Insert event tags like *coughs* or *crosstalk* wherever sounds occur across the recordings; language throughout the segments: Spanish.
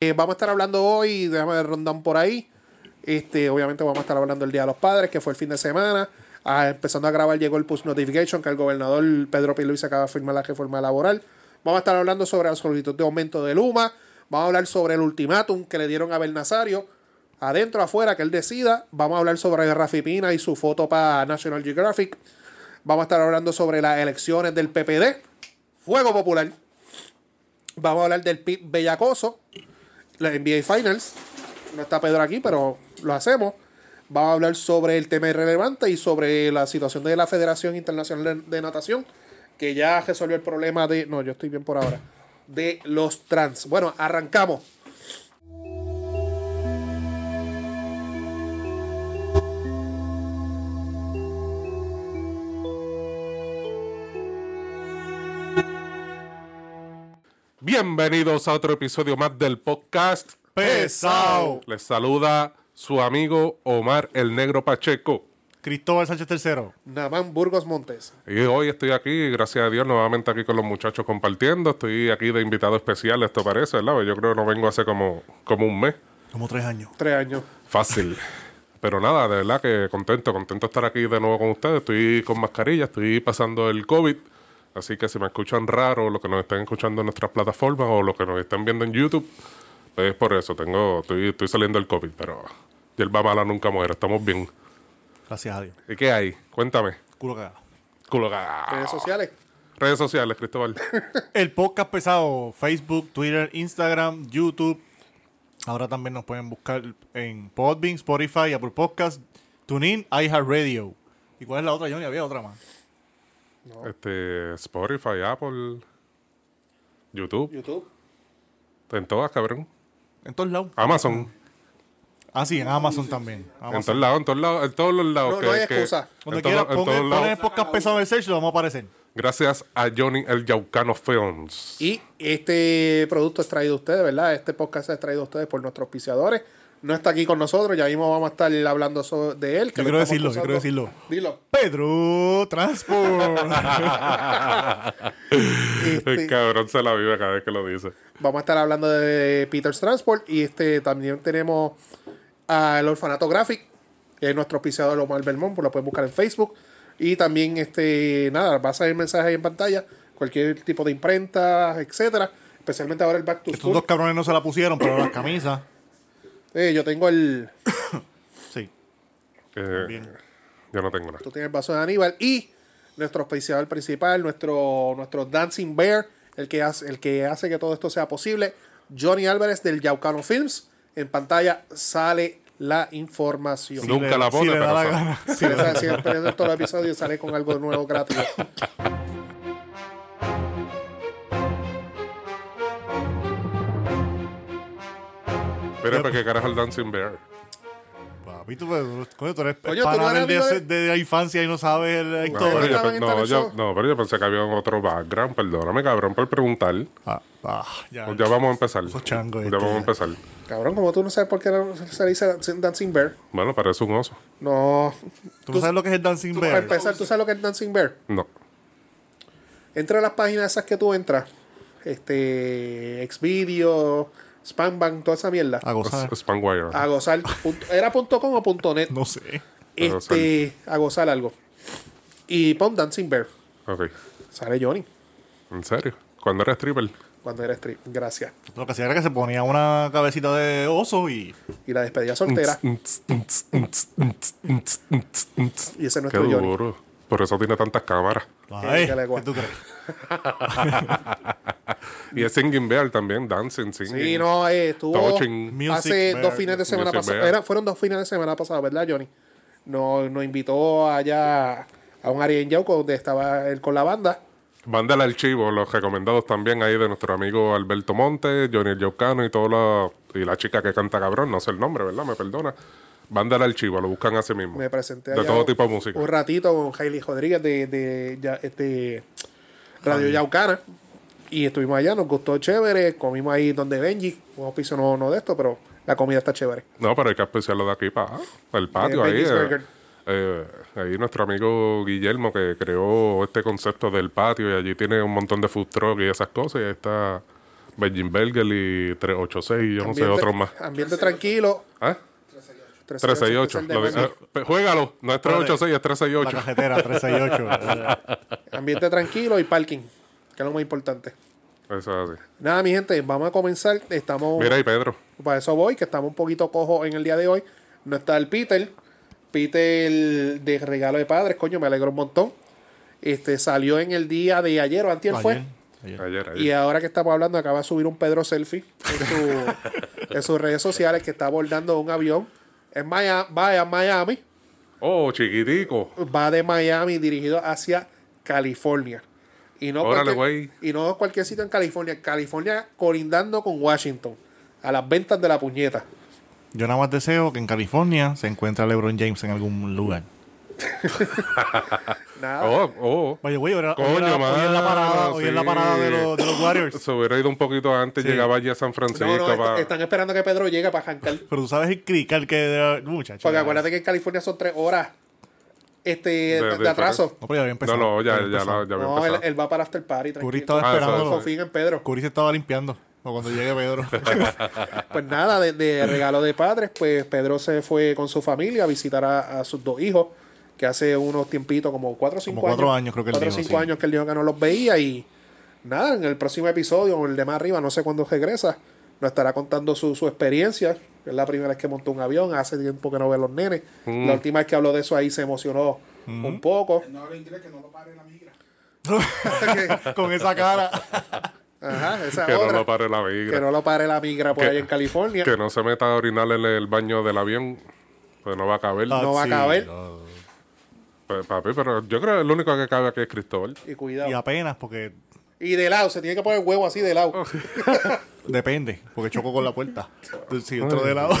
Eh, vamos a estar hablando hoy, déjame ver rondón por ahí. Este, obviamente vamos a estar hablando el Día de los Padres, que fue el fin de semana. Ah, empezando a grabar llegó el push notification que el gobernador Pedro P. Luis acaba de firmar la reforma laboral. Vamos a estar hablando sobre la solicitud de aumento de Luma. Vamos a hablar sobre el ultimátum que le dieron a Bernasario. Adentro, afuera, que él decida. Vamos a hablar sobre Rafi Pina y su foto para National Geographic. Vamos a estar hablando sobre las elecciones del PPD. Fuego Popular. Vamos a hablar del PIB Bellacoso la NBA Finals. No está Pedro aquí, pero lo hacemos. Vamos a hablar sobre el tema irrelevante y sobre la situación de la Federación Internacional de Natación, que ya resolvió el problema de. No, yo estoy bien por ahora. De los trans. Bueno, arrancamos. Bienvenidos a otro episodio más del podcast Pesao. Les saluda su amigo Omar el Negro Pacheco. Cristóbal Sánchez III. Namán Burgos Montes. Y hoy estoy aquí, gracias a Dios, nuevamente aquí con los muchachos compartiendo. Estoy aquí de invitado especial, esto parece, ¿verdad? Yo creo que no vengo hace como, como un mes. Como tres años. Tres años. Fácil. Pero nada, de verdad que contento, contento de estar aquí de nuevo con ustedes. Estoy con mascarilla, estoy pasando el COVID. Así que si me escuchan raro, lo que nos estén escuchando en nuestras plataformas o lo que nos estén viendo en YouTube, pues es por eso. Tengo, estoy, estoy saliendo del COVID, pero va mala nunca muere. Estamos bien. Gracias a Dios. ¿Y qué hay? Cuéntame. Culo cagado. Culo cagado. Redes sociales. Redes sociales, Cristóbal. El podcast pesado. Facebook, Twitter, Instagram, YouTube. Ahora también nos pueden buscar en Podbean, Spotify, Apple Podcasts, TuneIn, iHeartRadio. ¿Y cuál es la otra, Johnny? Había otra más. este, Spotify, Apple, YouTube. YouTube. En todas, cabrón. En todos lados. Amazon. Ah, sí, en Amazon también. Amazon. En todos lados, en todos lados, en todos los lados. No, no hay excusa. en todos Cuando quieras, lados- en pon el, todos pon el lados. podcast pesado en el search y lo vamos a aparecer. Gracias a Johnny el Yaucano Films. Y este producto es traído a ustedes, ¿verdad? Este podcast es traído a ustedes por nuestros auspiciadores. No está aquí con nosotros, ya mismo vamos a estar hablando so- de él. que Yo lo quiero estamos decirlo, yo usando. quiero decirlo. *laughs* Dilo. Pedro Transport. *laughs* Este, El cabrón se la vive cada vez que lo dice. Vamos a estar hablando de Peter's Transport y este también tenemos al Orfanato Graphic, que es nuestro auspiciador Omar Belmont, pues lo pueden buscar en Facebook. Y también, este, nada, va a salir mensajes ahí en pantalla, cualquier tipo de imprenta, etcétera. Especialmente ahora el Back to Estos School. dos cabrones no se la pusieron, pero las camisas. Eh, yo tengo el. Sí. Eh, Bien. Yo no tengo nada. Tú tienes el vaso de Aníbal. Y nuestro auspiciador principal, nuestro, nuestro Dancing Bear, el que, hace, el que hace que todo esto sea posible, Johnny Álvarez del Yaucano Films. En pantalla sale la información. Sí. Nunca le- la pone, si le pero da la sabe. gana. Si les da siempre en todos los episodios sale con algo nuevo gratis. Mira, ¿para qué carajo el Dancing Bear? Papi, tú, pues, coño, tú eres Coño, tú pana no eres del amigo de, de- de la infancia y no sabes la No, historia. pero yo, estaban pe- en no, tal yo- show. no, pero yo pensé que había otro background. Perdóname, cabrón, por preguntar. Ah, ah, ya. Pues ya vamos a empezar. Esos changos ya estos, vamos a ya. empezar. Cabrón, como tú no sabes por qué no se le dice Dan- Dancing Bear. Bueno, parece un oso. No. ¿Tú, no sabes lo que es el Dancing Tú, para Bear? empezar, ¿tú sabes lo que es Dancing Bear? No. Entra a las páginas esas que tú entras. Este. Xvideo, Spambank, toda esa mierda. A gozar. Es- Spamwire. A gozar. punto- ¿Era punto .com o punto .net? pues, No sé. este, A gozar algo. Y pon Dancing Bear. Ok. Sale Johnny. ¿En serio? Cuando era stripper? Cuando era strip. Gracias. Lo que hacía era que se ponía una cabecita de oso y. Y la despedida soltera. Mm, Y ese es Qué nuestro Johnny. duro. Por eso tiene tantas cámaras. Ay, que le ¿Qué guay. tú crees? Y es Singing Bear también. Dancing, singing. Sí, no, eh, estuvo Touching. Music hace Bear. dos fines de semana Music pasados. Bear. Fueron dos fines de semana pasados, ¿verdad, Johnny? Nos, nos invitó allá a un área en Yauco donde estaba él con la banda. Mándale al chivo los recomendados también ahí de nuestro amigo Alberto Monte, Johnny el Yaucano y toda la, y la chica que canta cabrón, no sé el nombre, ¿verdad? Me perdona. Mándale al chivo, lo buscan así mismo. Me presenté De allá todo un- tipo de música. Un ratito con Hailey Rodríguez de, de ya- este, Radio Yaucana. Y estuvimos allá, nos gustó chévere. Comimos ahí donde Benji. Un auspicio no, no de esto, pero la comida está chévere. No, pero hay que especiarlo de aquí para el patio. Eh, ahí, Benji's eh, Burger. eh, ahí nuestro amigo Guillermo que creó este concepto del patio y allí tiene un montón de food truck y esas cosas y ahí está Benjin Berger y 386 y yo no sé, Ambiente- otros más. Ambiente tranquilo. ¿Ah? 368. 368. Lo de- ah, pe- juégalo. No es 386, es La 368. cajetera *laughs* 368. Ambiente tranquilo y parking, que es lo más importante. Eso es así. Nada, mi gente, vamos a comenzar. Estamos. Mira ahí, Pedro. Para eso voy, que estamos un poquito cojos en el día de hoy. No está el Peter. Peter de regalo de padres, coño, me alegro un montón. Este salió en el día de ayer o antier fue. Ayer, ayer. Ayer, ayer. Y ahora que estamos hablando, acaba de subir un Pedro selfie en, su- en sus redes sociales que está abordando un avión en Miami, va a Miami, Oh, chiquitico. va de Miami dirigido hacia California. Y no, Órale, cualquier, y no cualquier sitio en California, California colindando con Washington, a las ventas de la puñeta. Yo nada más deseo que en California se encuentre LeBron James en algún lugar. Nada. Oh, oh. Oye, güey, ahora- Coño, hoy, era- hoy es la mano, parada, hoy es la sí. parada de, los- de los Warriors. Se hubiera ido un poquito antes, Sí. llegaba ya a San Francisco. No, no, est- pa- están esperando que Pedro llegue para jancar. Pero tú sabes el crical que era- muchacho. Porque ya. acuérdate que en California son tres horas este, de, de diferencia. atraso. No, pero ya había empezado. No, no, ya, ya, empezado. la- ya había No, él, empezado. él va para After Party, tranquilo. Curi estaba Ah, esperando. eso- Confín en Pedro. Curi se estaba limpiando. O cuando llegue *laughs* Pedro. Pues nada, de, Ah. de regalo de padres, pues Pedro se fue con su familia a visitar a, a sus dos hijos, que hace unos tiempitos, como cuatro o cinco años. cuatro años creo que él Cuatro o dijo, cinco sí. años que él dijo que no los veía y nada, en el próximo episodio, o el de más arriba, no sé cuándo regresa, nos estará contando su, su experiencia. Es la primera vez que montó un avión, hace tiempo que no ve a los nenes. Mm. La última vez que habló de eso ahí se emocionó un poco. No habla inglés, que no lo pare *laughs* la migra. Con esa cara. Ajá, esa que no otra. lo pare la que migra. no lo pare la migra por Que- ahí en California. Que no se meta a orinar en el baño del avión. Pues no va a caber. No va a caber. Ah, no. Pues, papi, pero yo creo que el único que cabe aquí es Cristóbal. Y Y cuidado. apenas porque Y de lado, se tiene que poner el huevo así de lado. depende. Porque choco con la puerta. Si otro de lado.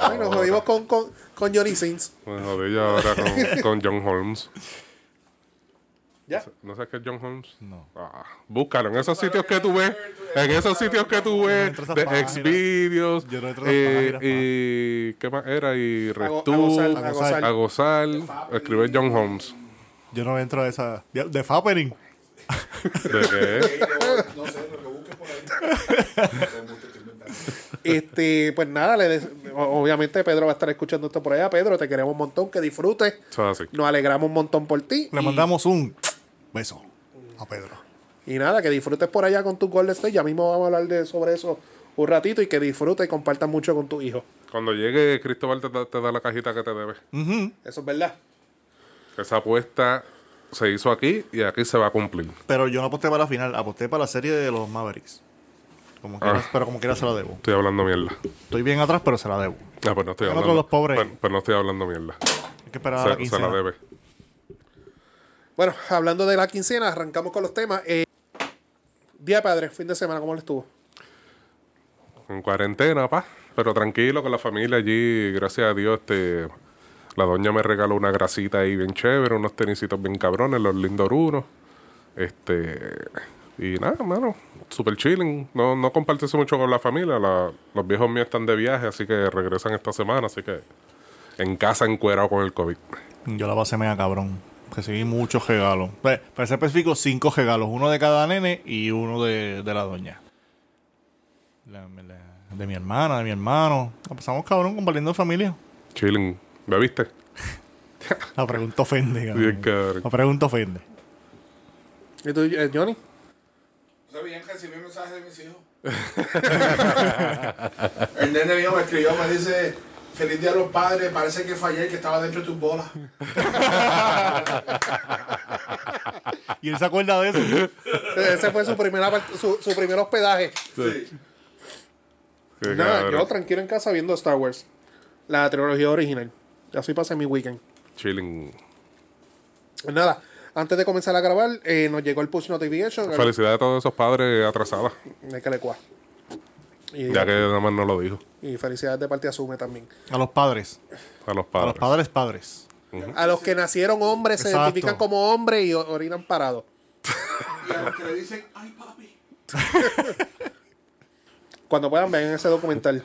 Ay, nos jodimos con, con, con Johnny Sins. Me jodí ya ahora con, con John Holmes. *laughs* Ya. ¿No sabes qué es John Holmes? No. Ah, búscalo en esos sitios que tú ves. En esos sitios que tú ves. entro a esas De páginas. Xvideos. Yo no entro a esas eh, páginas, Y. ¿Qué más era? Y A, go- Restú. a gozar, a A gozar. A gozar. Escribe John Holmes. Yo no entro a esa. De, de Fappening. ¿De qué? No sé, lo que busques por ahí. No sé, me estoy inventando. Este, pues nada, le des- o- obviamente Pedro va a estar escuchando esto por allá. Pedro, te queremos un montón, que disfrutes. Eso es así. Nos alegramos un montón por ti. Le Y- mandamos un beso a Pedro. Y, nada, que disfrutes por allá con tu Golden State. Ya mismo vamos a hablar de, sobre eso un ratito y que disfrutes y compartas mucho con tu hijo. Cuando llegue, Cristóbal te, da- te da la cajita que te debe. Eso es verdad. Esa apuesta se hizo aquí y aquí se va a cumplir. Pero yo no aposté para la final, aposté para la serie de los Mavericks. Como quiera- Ah. Pero como quiera se la debo. Estoy hablando mierda. Estoy bien atrás, pero se la debo. Ah, pues no estoy El hablando. otro, los pobres. Pues- pues no estoy hablando mierda. Hay que esperar a la Se, se quincena. la debe. Bueno, hablando de la quincena, arrancamos con los temas. Eh, Día de Padre, fin de semana, ¿cómo le estuvo? En cuarentena, pa. Pero tranquilo con la familia allí. Gracias a Dios, este. La doña me regaló una grasita ahí bien chévere, unos tenisitos bien cabrones, los lindos unos. Este. Y nada, mano. Super chilling. No, no compartirse mucho con la familia. La- los viejos míos están de viaje, así que regresan esta semana. Así que en casa encuerado con el COVID. Yo la pasé mega cabrón. Recibí muchos regalos. Pe- Para ser específico, cinco regalos. Uno de cada nene y uno de, de la doña. La- la- de mi hermana, de mi hermano. La pasamos cabrón compartiendo familia. Chilling. ¿Bebiste? La pregunta ofende, Bien, cabrón. cabrón. La pregunta ofende. ¿Y tú, eh, Johnny? O sea, bien recibí un mensaje de mis hijos. El nene mío me escribió, me dice, feliz día a los padres, parece que fallé, que estaba dentro de tus bolas. Y él se acuerda de eso. Ese fue su, primera, part- su, su primer hospedaje. Sí. Qué Nada, cabrón. yo tranquilo en casa viendo Star Wars. La trilogía original. Así pasé mi weekend. Chilling. Pues Nada, antes de comenzar a grabar, eh, nos llegó el push notification. El, Felicidades a todos esos padres atrasados. el que le cua. Y, Ya que nada más no lo dijo. y felicidades de parte de Asume también. A los padres. A los A los padres. padres, padres. A los que nacieron hombres, se Exacto. identifican como hombres y o- orinan parados. Y a los que le dicen, ay papi. *laughs* Cuando puedan, vean ese documental.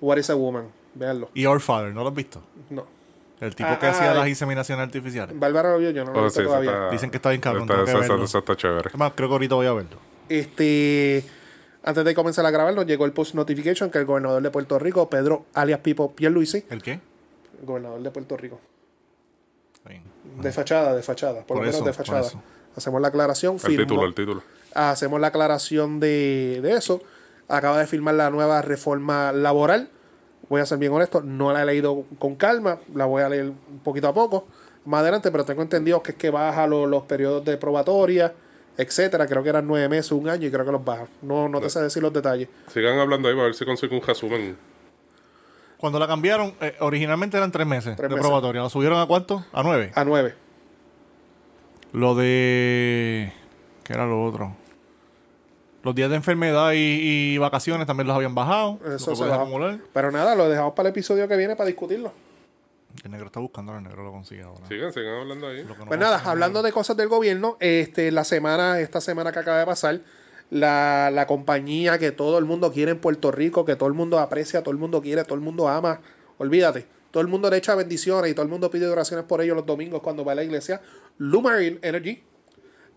What is a Woman? Veanlo. Y Our Father, ¿no lo has visto? No. El tipo que Ah, hacía ay. las inseminaciones artificiales. Bárbara lo vio, yo no lo he Oh, visto sí, eso todavía. está- Dicen que está bien cabrón, Está, tengo que eso- eso- verlo. eso está chévere. Es más, creo que ahorita voy a verlo. Este. Antes de comenzar a grabar, nos llegó el post notification que el gobernador de Puerto Rico, Pedro alias Pipo Pierluisi, ¿El qué? el gobernador de Puerto Rico, Está bien. de fachada, de fachada, por, Por lo menos eso, de por fachada. eso. Hacemos la aclaración, El firmó- título, el título. hacemos la aclaración de, de eso. Acaba de firmar la nueva reforma laboral. Voy a ser bien honesto, no la he leído con calma, la voy a leer un poquito a poco más adelante, pero tengo entendido que es que baja lo- los periodos de probatoria, etcétera. Creo que eran nueve meses, un año y creo que los baja. No, Pues no te sé decir los detalles. Sigan hablando ahí para ver si consigo un resumen. Cuando la cambiaron, eh, originalmente eran tres meses Tres de meses. Ah. probatoria. ¿La subieron a cuánto? A nueve. A nueve. Lo de. ¿Qué era lo otro? Los días de enfermedad y, y vacaciones también los habían bajado. lo Eso que se podías baja. acumular. Pero nada, lo dejamos para el episodio que viene para discutirlo. El negro está buscando, el negro lo consigue ahora. Sigan, sigan hablando ahí. Lo que no Pues va a nada, ser- hablando de cosas del gobierno, este, la semana, esta semana que acaba de pasar, la, la compañía que todo el mundo quiere en Puerto Rico, que todo el mundo aprecia, todo el mundo quiere, todo el mundo ama, olvídate, todo el mundo le echa bendiciones y todo el mundo pide oraciones por ellos los domingos cuando va a la iglesia, Lumarine Energy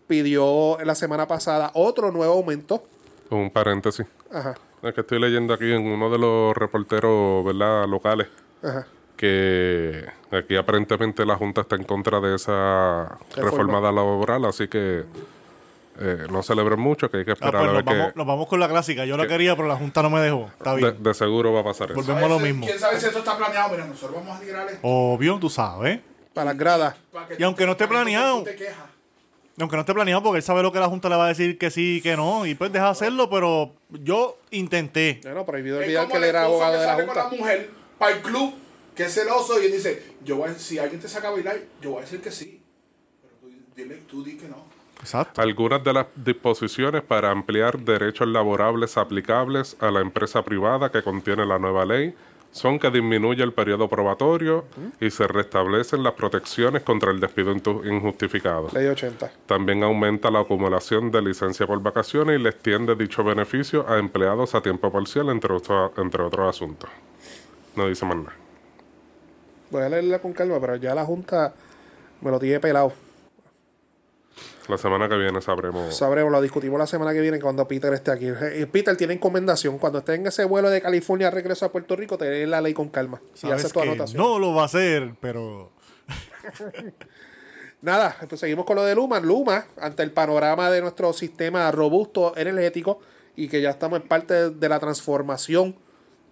pidió la semana pasada otro nuevo aumento. Un paréntesis. Ajá, Es que estoy leyendo aquí en uno de los reporteros ¿verdad? locales ajá. que aquí aparentemente la Junta está en contra de esa Reforma. reforma laboral, así que eh, no celebren mucho, que hay que Ah, esperar pues a nos, ver vamos, qué. nos vamos con la clásica. Yo la quería, pero la Junta no me dejó. Está De, bien. de seguro va a pasar eso. Volvemos. Vemos lo ¿Sabes? mismo. ¿Quién sabe si esto está planeado? Mira, nosotros vamos a tirar esto. Obvio, tú sabes. Para las gradas. para que Y tú- aunque no esté para que tú- planeado. tú te quejas. Aunque no esté planeado, porque él sabe lo que la Junta le va a decir que sí y que no. Y pues deja hacerlo, pero yo intenté. Bueno, prohibido Es olvidar como que él la era esposa abogado que de la sale Junta. con la mujer para el club, que es celoso, y él dice, yo voy a- si alguien te saca a bailar, yo voy a decir que sí. Pero tú, dile, tú di que no. Exacto. Algunas de las disposiciones para ampliar derechos laborables aplicables a la empresa privada que contiene la nueva ley son que disminuye el periodo probatorio y se restablecen las protecciones contra el despido intu- injustificado. Ley 80. También aumenta la acumulación de licencia por vacaciones y le extiende dicho beneficio a empleados a tiempo parcial, entre, otro- entre otros asuntos. No dice más nada. Voy a leerla con calma, pero ya la Junta me lo tiene pelado. La semana que viene sabremos. Sabremos, lo discutimos la semana que viene cuando Peter esté aquí. Eh, Peter tiene encomendación. Cuando esté en ese vuelo de California regreso a Puerto Rico, te lees la ley con calma. Y Sabes haces tu que anotación. no lo va a hacer, pero Nada, pues seguimos con lo de Luma. Luma, ante el panorama de nuestro sistema robusto energético y que ya estamos en parte de- de la transformación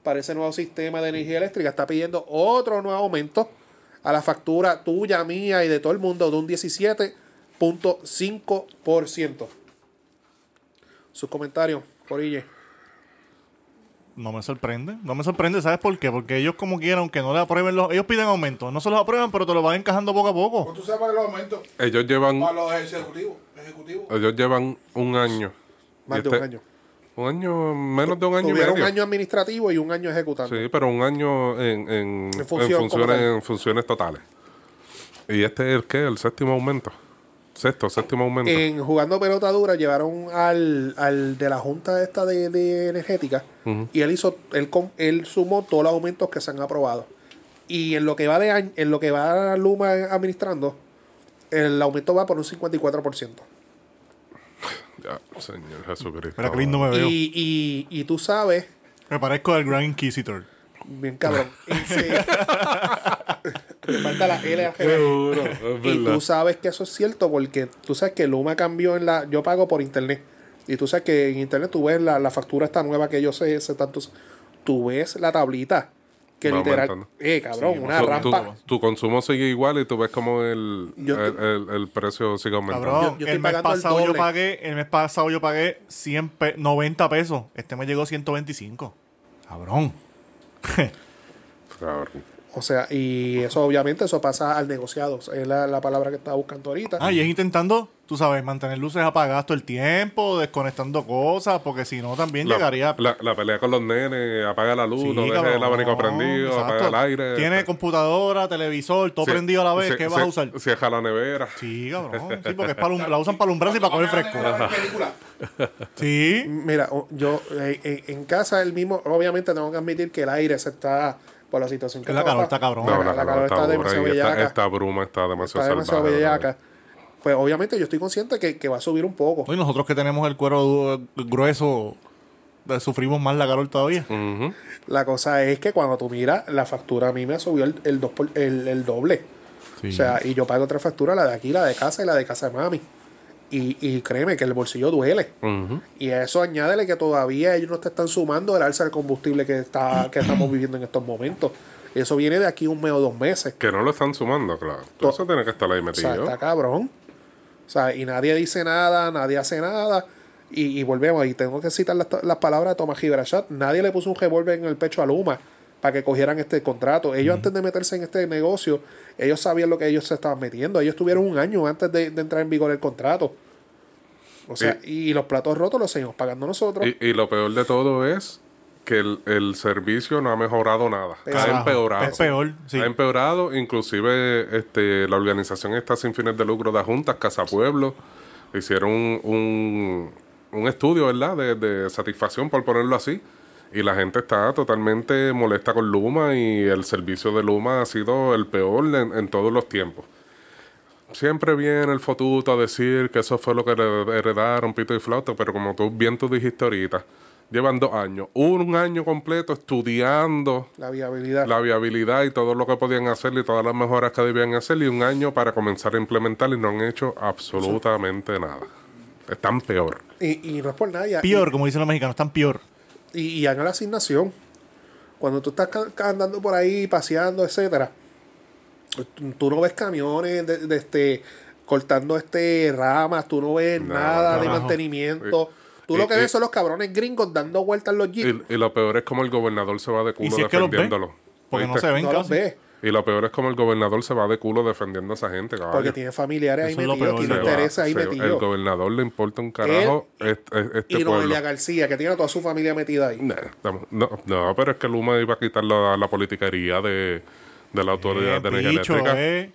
para ese nuevo sistema de energía eléctrica, está pidiendo otro nuevo aumento a la factura tuya, mía y de todo el mundo de un 17.5%. Sus comentarios, Corille. no me sorprende. No me sorprende, ¿sabes por qué? Porque ellos como quieran, aunque no le aprueben los... Ellos piden aumento. No se los aprueban, pero te lo van encajando poco a Pues poco. tú sabes para los momentos, Ellos llevan, para los ejecutivos. ejecutivos. ellos llevan un año. Más Y de este- un año. Un año, menos de un año y Tuvieron medio. un año administrativo y un año ejecutando. Sí, pero un año en, en- En en función, como funciones, tal. en funciones totales. ¿Y este es el qué? El séptimo aumento. Sexto, séptimo aumento. En jugando pelota dura llevaron al, al de la junta esta de, de energética y él hizo él, com- él sumó todos los aumentos que se han aprobado y en lo que va de año, en lo que va Luma administrando el aumento va por un 54%. Ya, Señor Jesucristo. Pero que lindo me veo. Y, y, y tú sabes, Me parezco al Grand Inquisitor. bien cabrón, *laughs* ese- me *laughs* falta la L al Qué final. duro, es Y tú verdad. sabes que eso es cierto porque tú sabes que Luma cambió en la... Yo pago por internet. Y tú sabes que en internet tú ves la, la factura esta nueva que yo sé, ese tanto... Tú ves la tablita. Que Va literal... aumentando. Eh, cabrón, Sí, va una Tu- aumentando. rampa. tu, tu consumo sigue igual y tú ves como el, el, Yo te- el- el precio sigue aumentando. Cabrón, Yo- yo estoy el mes pagando el pasado yo doble. pagué, el mes pasado yo pagué 100 pe- 90 pesos. Este me llegó 125. Cabrón. Cabrón. O sea, y eso obviamente eso pasa al negociado. O sea, es la, la palabra que estaba buscando ahorita. Ah, y es intentando, tú sabes, mantener luces apagadas todo el tiempo, desconectando cosas, porque si no también llegaría La, la- la pelea con los nenes, apaga la luz, Sí, no dejes el cabrón, abanico prendido, exacto. apaga el aire. Tiene Está- computadora, televisor, todo Sie- prendido a la vez. sie- ¿Qué vas a sie- usar? Cierra la nevera. Sí, cabrón. Sí, porque es para alum- la usan para alumbrarse y para coger fresco. Para *laughs* ver película. Sí. Mira, o- yo eh, eh, en casa el mismo, obviamente tengo que admitir que el aire se está por la situación que Es la estaba. calor, está cabrón. No, La, la, la calor está, está dura demasiado y esta, bellaca. esta bruma está está demasiado demasiado salvaje, bellaca. Pues obviamente yo estoy consciente que, que va a subir un poco. No, Y nosotros que tenemos el cuero du- grueso, eh, sufrimos más la calor todavía. Ujú. La cosa es que cuando tú miras, la factura a mí me subió el, el, dos por- el- el doble. O sea, y yo pago otra factura, la de aquí, la de casa y la de casa de mami. Y, y créeme que el bolsillo duele. Ujú. Y a eso añádele que todavía ellos no te están sumando el alza del combustible que, está, que estamos viviendo en estos momentos. Eso viene de aquí un mes o dos meses. Que no lo están sumando, claro. Todo eso tiene que estar ahí O sea, metido. está cabrón. O sea, y nadie dice nada, nadie hace nada. Y, y volvemos, y tengo que citar las, las palabras de Tomás Gibrachat. Nadie le puso un revólver en el pecho a Luma para que cogieran este contrato. Ellos antes de meterse en este negocio, ellos sabían lo que ellos se estaban metiendo. Ellos tuvieron un año antes de, de entrar en vigor el contrato. O sea, y, los platos rotos los seguimos pagando nosotros. Eh. Y, y lo peor de todo es que el, el servicio no ha mejorado nada. Carajo, ha empeorado. es peor, sí. Ha empeorado, inclusive este, la organización está sin fines de lucro de Juntas, Casa Pueblo, hicieron un, un- un estudio, ¿verdad?, de, de satisfacción, por ponerlo así, y la gente está totalmente molesta con Luma y el servicio de Luma ha sido el peor en, en todos los tiempos. Siempre viene el fotuto a decir que eso fue lo que hered- heredaron Pito y Flauta, pero como tú bien tú dijiste ahorita, llevan dos años, un año completo estudiando la viabilidad. la viabilidad y todo lo que podían hacer y todas las mejoras que debían hacer y un año para comenzar a implementar y no han hecho absolutamente nada. Están peor. y, y no es por nadie. Y- Peor, como dicen los mexicanos, están peor. y, y hagan la asignación. Cuando tú estás ca- ca- andando por ahí, paseando, etcétera, tú- tú no ves camiones de, de este cortando este ramas, tú no ves No, Eh, nada de carajo. mantenimiento. Tú Y- lo que y- ves son los cabrones gringos dando vueltas en los jeeps. Y, y lo peor es como el gobernador se va de Y culo si es que los ven, defendiéndolo. porque no ¿Viste? se ven no los casi. ves. Y lo peor es como el gobernador se va de culo defendiendo a esa gente, caballo. Porque tienen familiares ahí Eso es lo metidos, peor, Se tienen va, intereses ahí se- El metidos. gobernador le importa un carajo este, este Y pueblo. Noelia García, que tiene a toda su familia metida ahí. Nah, estamos- no, no, pero es que Luma iba a quitar la, la politiquería de, de la autoridad de Eh, energía bicho, eléctrica. eh.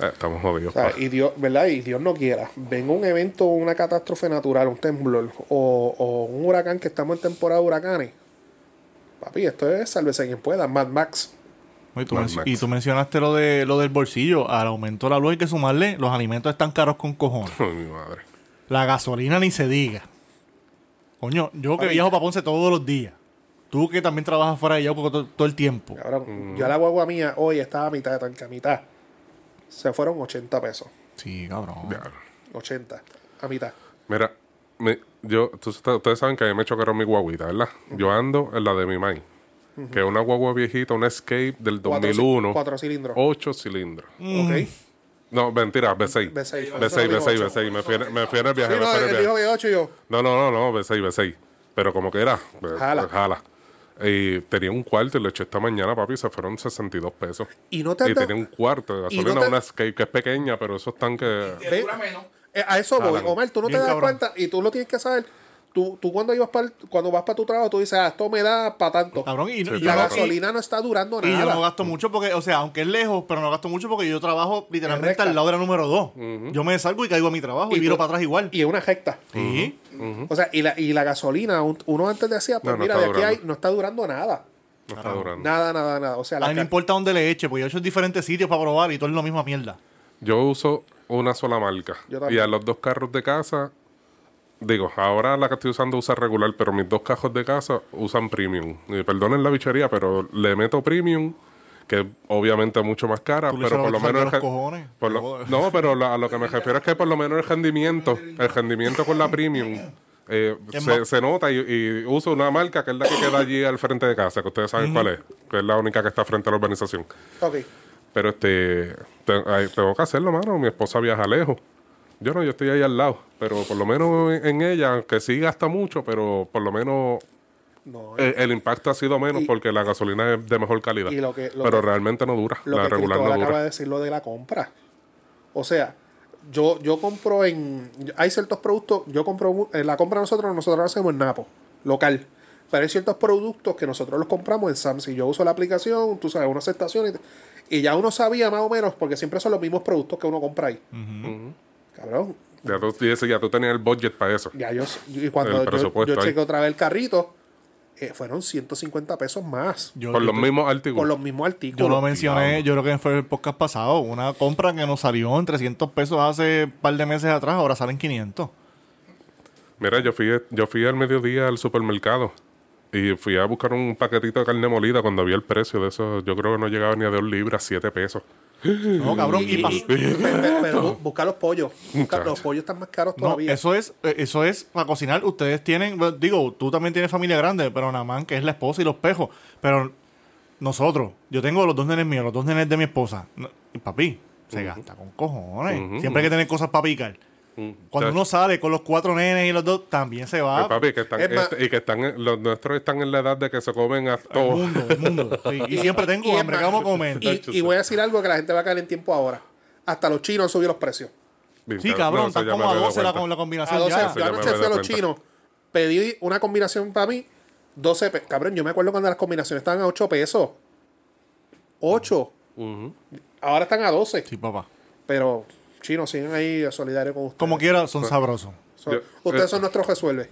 Eh, estamos jodidos. O sea, pa. y Dios, ¿verdad? Y Dios no quiera. Venga un evento, una catástrofe natural, un temblor o, o un huracán que estamos en temporada de huracanes. Papi, esto es sálvese quien pueda, Mad Max. Oye, Pues, tú Mad men- Max. y tú mencionaste lo de lo del bolsillo. Al aumento de la luz hay que sumarle. Los alimentos están caros con cojones. Ay, mi madre. La gasolina ni se diga. Coño, yo que Ay. viajo para Ponce todos los días. Tú que también trabajas fuera de Yauco todo, todo el tiempo. Cabrón, yo la guagua mía hoy estaba a mitad de tanque, a mitad. Se fueron 80 pesos. Sí, cabrón. Ya. 80, a mitad. Mira, me- yo, tú- ustedes saben que a mí me chocaron mi guaguita, ¿verdad? Yo ando en la de mi mai, que es una guagua viejita, una Escape del Cuatro ci- 2001, Cuatro cilindros. Oh. 8 cilindros. Ok. No, mentira, B6. B6, por eso B6, digo B6, ocho. B6. Me fui, en- me fui en el Sí, viaje, me no, fui en el él viaje. dijo de 8 y yo. No, no, no, no, B6, B6. Pero como que era, pues, Jala. pues, jala. Y tenía un cuarto y lo eché esta mañana, papi, y se fueron 62 pesos. Y no te- Y tenía un cuarto de y no gasolina, te- una Escape que es pequeña, pero esos tanques... Te dura menos. Eh, a eso voy, Cabrón. Omar, tú no Ah, Bien te das cabrón. cuenta y tú lo tienes que saber. Tú, tú cuando, ibas pa'l- cuando vas para tu trabajo, tú dices, ah, esto me da para tanto. Cabrón, y, y yo, La no- claro. gasolina no está durando y- y yo nada. no gasto mucho porque, o sea, aunque es lejos, pero no gasto mucho porque yo trabajo literalmente Recta. al lado de la número 2. Yo me salgo y caigo a mi trabajo y, Y viro tú- para atrás igual. y es una recta. Sí. O sea, y la, y la gasolina, un- uno antes decía, pues No, no mira, de está aquí durando. hay, no está durando nada. No está durando. Nada, nada, nada. O sea, la A mí no ca- importa dónde le eche, porque yo he hecho en diferentes sitios para probar y todo es la misma mierda. Yo uso una sola marca. Yo también. Y a los dos carros de casa, digo, ahora la que estoy usando usa regular, pero mis dos carros de casa usan premium. Y perdonen la bichería, pero le meto premium, que obviamente es mucho más cara, Tú le pero hicieron por lo que menos... salga el los re- cojones. por lo- Joder. no, pero la- a lo que me refiero es que por lo menos el rendimiento, el rendimiento con la premium. eh, Es se, más- se nota y, y uso una marca que es la que queda allí al frente de casa, que ustedes saben cuál es, que es la única que está frente a la urbanización. Ok. Pero este, te- ay, tengo que hacerlo, mano. Mi esposa viaja lejos. Yo no, yo estoy ahí al lado. Pero por lo menos en, en ella, aunque sí gasta mucho, pero por lo menos No, eh, el, impacto ha sido menos Y- porque la gasolina es de mejor calidad. y lo que- lo pero que- realmente no dura. lo la que regular Cristóbal no acaba de dura. decir, lo de la compra. O sea, yo, yo compro en... Hay ciertos productos, yo compro... mu- En la compra nosotros, nosotros lo hacemos en Napo, local. Pero hay ciertos productos que nosotros los compramos en Samsung. Yo uso la aplicación, tú sabes, unas estaciones. Y ya uno sabía más o menos, porque siempre son los mismos productos que uno compra ahí. Cabrón, Ya tú, y ese- ya tú tenías el budget para eso. Ya yo, y cuando El yo, presupuesto yo ahí. chequé otra vez el carrito, eh, fueron 150 pesos más Yo- por yo los te- mismos por artículos. los mismos artículos. Yo lo mencioné, yo creo que fue el podcast pasado, una compra que nos salió en 300 pesos hace un par de meses atrás, ahora salen 500. Mira, yo fui, yo fui al mediodía al supermercado y fui a buscar un paquetito de carne molida cuando había el precio de eso. Yo creo que no llegaba ni a dos libras, siete pesos. No, cabrón. Y, pas- Pero, pero- pero bu- busca los pollos. Busca- los pollos están más caros No, todavía. eso es, eh, eso es para cocinar. Ustedes tienen, bueno, digo, tú también tienes familia grande, pero Namán, que es la esposa y los pejos. Pero nosotros, yo tengo los dos nenes míos, los dos nenes de mi esposa. No, y papi, se gasta con cojones. Ujú. Mm. Siempre hay que tener cosas para picar. Cuando Chacho. uno sale con los cuatro nenes y los dos, también se Ay, va. papi, que están, es más- este- y que están, en- los nuestros están en la edad de que se comen a El todos. mundo, *laughs* el mundo. sí. Y siempre Y tengo es hambre, más- ¿qué vamos a comer? Y, y voy a decir algo que la gente va a caer en tiempo ahora. Hasta los chinos han subido los precios. Bien, sí, cabrón, cabrón, no, eso están ya me como a había dado 12 la, cuenta. con la combinación A 12, Ah, ya. eso yo ya me anoche había fui a dado los cuenta. chinos. Pedí una combinación para mí, 12 pesos. Cabrón, yo me acuerdo cuando las combinaciones estaban a 8 pesos. 8. Ahora están a 12. Sí, papá. Pero chinos siguen ahí solidarios con ustedes. Como quiera, son Pues, sabrosos. Son- Yo- ustedes eh, son nuestros resuelve.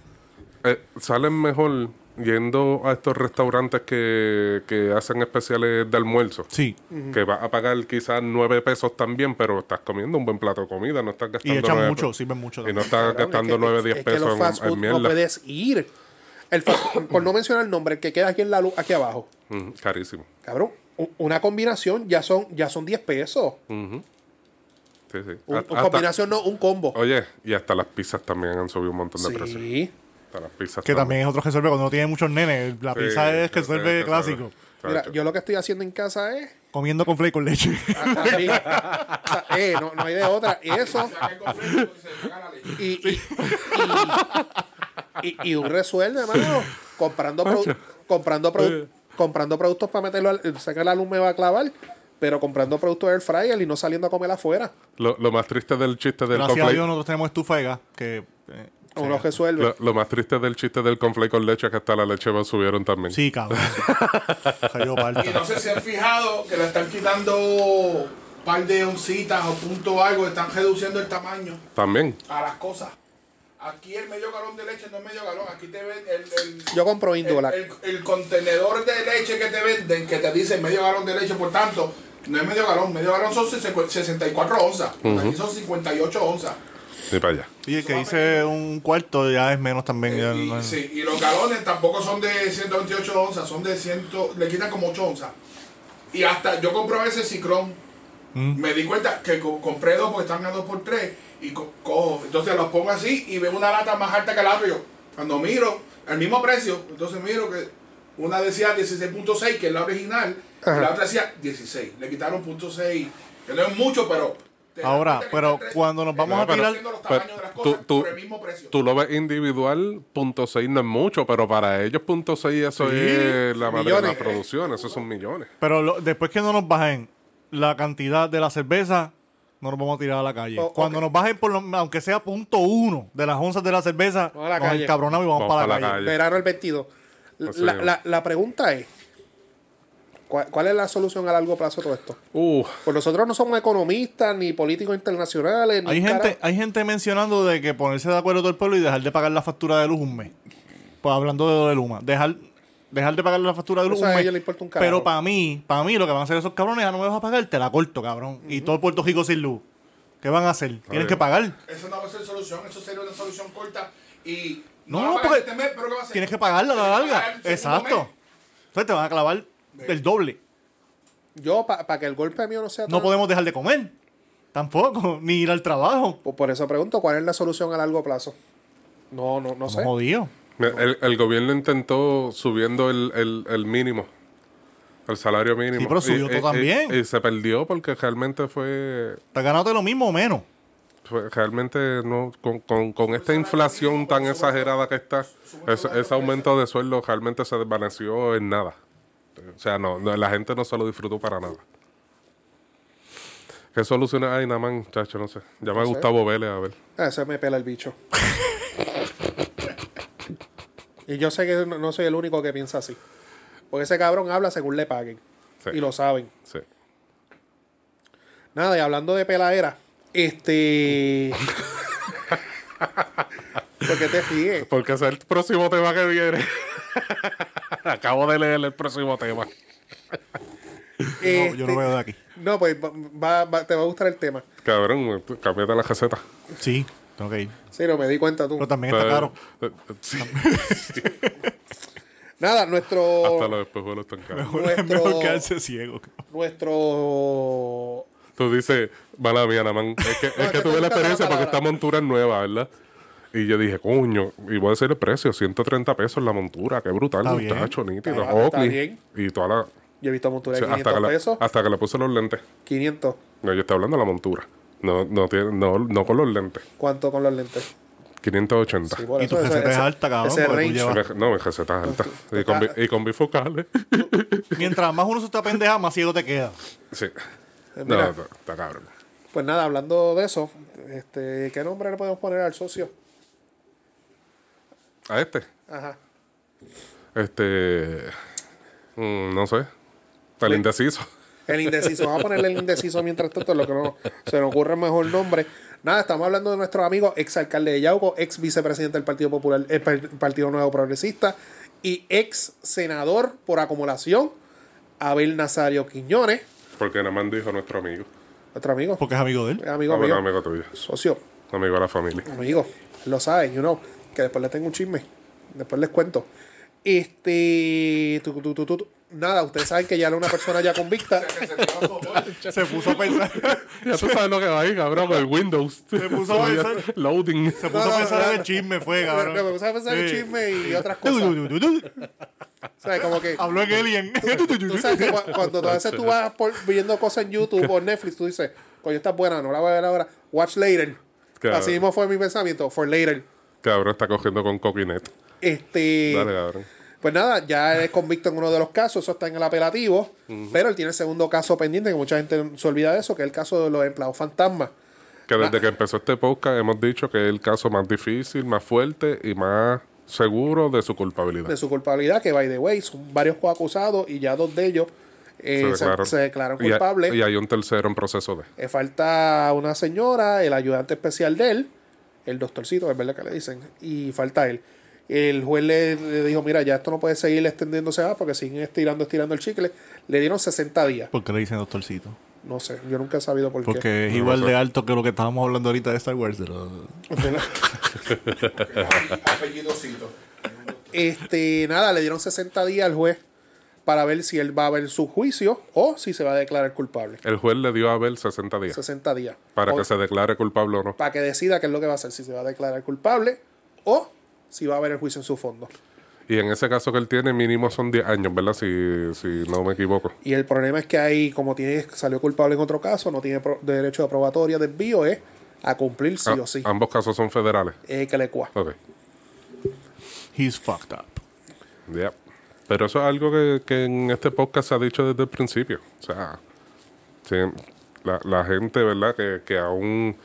Eh, salen mejor yendo a estos restaurantes que, que hacen especiales de almuerzo. Sí. Que vas a pagar quizás nueve pesos también, pero estás comiendo un buen plato de comida, no estás Y gastando. echan nueve mucho, pe- sirven mucho Y no también. estás Cabrón, gastando es que- nueve, es- diez es que pesos los en- fast en, food no mierda. puedes ir. El fast- por no mencionar el nombre, el que queda aquí en la luz, aquí abajo. Ujú, carísimo. Cabrón, u- una combinación ya son, ya son 10 pesos. Sí, sí. Un- Ha- una hasta- combinación no, un combo. oye, y hasta las pizzas también han subido un montón de precios. Sí. Hasta las pizzas Que también es otro que resuelve cuando uno tiene muchos nenes. La Sí, pizza es que sí, sí, resuelve sí, clásico. sí. Mira, Chacho. yo lo que estoy haciendo en casa es. Comiendo con flake con leche. *laughs* Así. *laughs* O sea, eh, no, no hay de otra. Y eso. Saca el conflicto y se le caga la leche. Y, y, y, y- y un resuelve, hermano. Comprando, produ- comprando, produ- comprando productos para meterlo. Al, sé que la luz me va a clavar, pero comprando productos del fryer y no saliendo a comer afuera. Lo, lo más triste del chiste del Gracias a conflay- Dios nosotros tenemos estufa de gas. Que, eh, Uno resuelve. lo, lo más triste del chiste del conflay con leche es que hasta la leche va subieron también. *laughs* sí, cabrón. Salió parta. Y no sé si han fijado que le están quitando un par de oncitas o punto algo, están reduciendo el tamaño También. a las cosas. Aquí el medio galón de leche no es medio galón, aquí te ven el, el, Yo compro el, Indolac. el- el contenedor de leche que te venden, que te dice medio galón de leche, por tanto, no es medio galón, medio galón son 64 onzas, aquí son 58 onzas. Ni para allá. Y el que dice un cuarto ya es menos también. ya Eh, Y, no es- sí, y los galones tampoco son de 128 onzas, son de 100, le quitan como 8 onzas. Y hasta yo compro a veces Cicrón. Mm. Me di cuenta que co- compré dos porque están a dos por tres y co- cojo. Entonces los pongo así y veo una lata más alta que la otra. Yo, cuando miro, el mismo precio, entonces miro que una decía 16.6, que es la original, y la Ajá. otra decía 16. Le quitaron punto .6, que no es mucho, pero... te das Ahora, cuenta que pero entre- cuando nos vamos están a tirar- pues, haciendo los Pero tamaños de las tú- cosas tú- por el mismo precio. Tú lo ves individual, punto seis no es mucho, pero para ellos punto seis eso es la madre de la millones. producción, esos son millones. Pero lo- después que no nos bajen la cantidad de la cerveza, no nos vamos a tirar a la calle. Oh, Cuando ok. nos bajen, por lo- aunque sea punto uno de las onzas de la cerveza, Vamos a la nos calle. encabronamos y vamos, para la, calle. Verano el 22. La, Así es. la- la pregunta es: ¿cuál, cuál es la solución a largo plazo a todo esto? Uh, Pues nosotros no somos economistas, ni políticos internacionales, ni Hay un gente, carajo. hay gente mencionando de que ponerse de acuerdo todo el pueblo y dejar de pagar la factura de luz un mes. Pues hablando de lo de Luma, dejar, dejar de pagar la factura de luz Eso un a mes. ellos les importa un carajo. pero para mí, para mí lo que van a hacer esos cabrones, ya no me vas a pagar, te la corto, cabrón. Y todo Puerto Rico sin luz. ¿Qué van a hacer? Tienen bien. que pagar. Eso no va a ser solución, eso sería una solución corta y No, la pagas porque este mes, pero ¿qué va a hacer? Tienes que pagarla a la Tienes que pagar larga. el segundo Exacto. mes. Entonces te van a clavar el doble. Yo, para que el golpe mío no sea No tan- podemos dejar de comer. Tampoco. *laughs* Ni ir al trabajo. Pues por eso pregunto, ¿cuál es la solución a largo plazo? No, no, no sé. Estamos jodidos. el, el gobierno intentó subiendo el, el- el mínimo, el salario mínimo. Sí, pero subió Y- todo y- también. Y, y se perdió porque realmente fue, Estás ganándote lo mismo o menos. fue- Pues, realmente no con, con- con esta inflación tan exagerada que está, es- ese aumento de sueldo realmente se desvaneció en nada. O sea, no, no, la gente no se lo disfrutó para nada. ¿Qué soluciones hay, Naman, chacho? No sé. Llama a Gustavo Vélez a ver. Ah, Eso me pela el *laughs* bicho. y yo sé que no, no soy el único que piensa así. Porque ese cabrón habla según le paguen. Sí. Y lo saben. Sí. Nada, y hablando de peladera, *laughs* este. ¿Por qué te ríes? Porque ese es el próximo tema que viene. *laughs* Acabo de leer el próximo tema. No, yo Este, lo veo de aquí. no, pues va- va- va- te va a gustar el tema. Cabrón, tú cámbiate la receta. Sí. Tengo que ir. Sí, no me di cuenta tú. Pero también está Pero- caro. eh, eh, sí, Nada, hasta nuestro. los espejuelos están caros. Es Nuestro- *laughs* mejor quedarse ciego. Nuestro. Tú dices, mala mía, Namán. Es *laughs* que, es es que que tuve nunca la te la experiencia porque palabra. esta montura es nueva, ¿verdad? Y yo dije, coño, y voy a decir el precio, 130 pesos la montura, qué brutal, Está bien. muchacho, nítido, Está- está Oakley. bien. Y toda la... Yo he visto montura de o sea, 500 hasta, que le, pesos. hasta que le puse los lentes. 500. No, yo estoy hablando de la montura. No, no, tiene- no, no con los lentes. ¿Cuánto con los lentes? 580. Sí, por Y eso, tu eso- receta es ese- alta, cabrón, Ese porque tú range. Sí, llevas- me- No, mi receta es alta. Y con, bi- y con bifocales. Mientras más uno se está pendeja, más ciego te queda. sí. No, Eh, mira. no, está cabrón. Pues nada, hablando de eso, este, ¿qué nombre le podemos poner al socio? A este. Ajá. Este. mm, no sé. Al indeciso. El indeciso. Vamos a ponerle el indeciso mientras tanto, en lo que no se nos ocurre el mejor nombre. Nada, estamos hablando de nuestros amigos, ex alcalde de Yauco, ex vicepresidente del Partido Popular, eh, par- Partido Nuevo Progresista y ex senador por acumulación, Abel Nazario Quiñones, Porque Namán dijo nuestro amigo. nuestro amigo, Porque es amigo de él. amigo Ah, bueno, mío, amigo tuyo. socio, Amigo de la familia. amigo, lo saben, you know, que después les tengo un chisme, después les cuento. Este, tu, tu, tu, tu, tu. nada, ustedes saben que ya era una persona ya convicta. Que se te va a favor. Se puso *laughs* a pensar. Ya tú sabes lo que va ahí, cabrón, con el Windows. Se puso a pensar. Loading. Se puso No, no, a pensar no, en no. el chisme, fue, Pero cabrón. pero me gusta pensar en Sí. chisme y otras Du, cosas. du, du, du, du. ¿Sabes? Como que. *laughs* Habló en Alien. Tú sabes que cua- cuando tú a veces tú vas por- viendo cosas en YouTube o Netflix, tú dices, coño, esta es buena, no la voy a ver ahora. Watch later. Claro. Así mismo fue mi pensamiento, for later. Cabrón, está cogiendo con coquinet. Este. Dale, cabrón. Pues nada, ya es convicto en uno de los casos, eso está en el apelativo, pero él tiene el segundo caso pendiente, que mucha gente se olvida de eso, que es el caso de los empleados fantasmas. Que desde que empezó este podcast hemos dicho que es el caso más difícil, más fuerte y más seguro de su culpabilidad. de su culpabilidad, que by the way, son varios coacusados y ya dos de ellos eh, se, se declararon. Y hay- culpables. Y, hay un tercero en proceso de. Eh, falta una señora, el ayudante especial de él, el doctorcito, es verdad que le dicen, y falta él. El juez le, le dijo, mira, ya esto no puede seguir extendiéndose más porque siguen estirando, estirando el chicle. Le dieron 60 días. *laughs* ¿Por qué le dicen doctorcito? No sé, yo nunca he sabido por qué. *laughs* Porque es No igual sé. de alto que lo que estábamos hablando ahorita de Star Wars. de lo- Apellidocito. Este, nada, le dieron 60 días al juez para ver si él va a ver su juicio o si se va a declarar culpable. El juez le dio a Abel 60 días 60 días. para O- que se declare culpable o no. para que decida qué es lo que va a hacer, si se va a declarar culpable o si va a haber el juicio en su fondo. Y en ese caso que él tiene, mínimo son 10 años, ¿verdad? Si, si no me equivoco. Y el problema es que ahí, como tiene, salió culpable en otro caso, no tiene pro- derecho a probatoria de envío, es a cumplir sí A- o sí. Ah, Ambos casos son federales. Eh, que le cua. Ok. He's fucked up. Ya. Pero eso es algo que, que en este podcast se ha dicho desde el principio. O sea, sí, la, la gente, ¿verdad? Que, que aún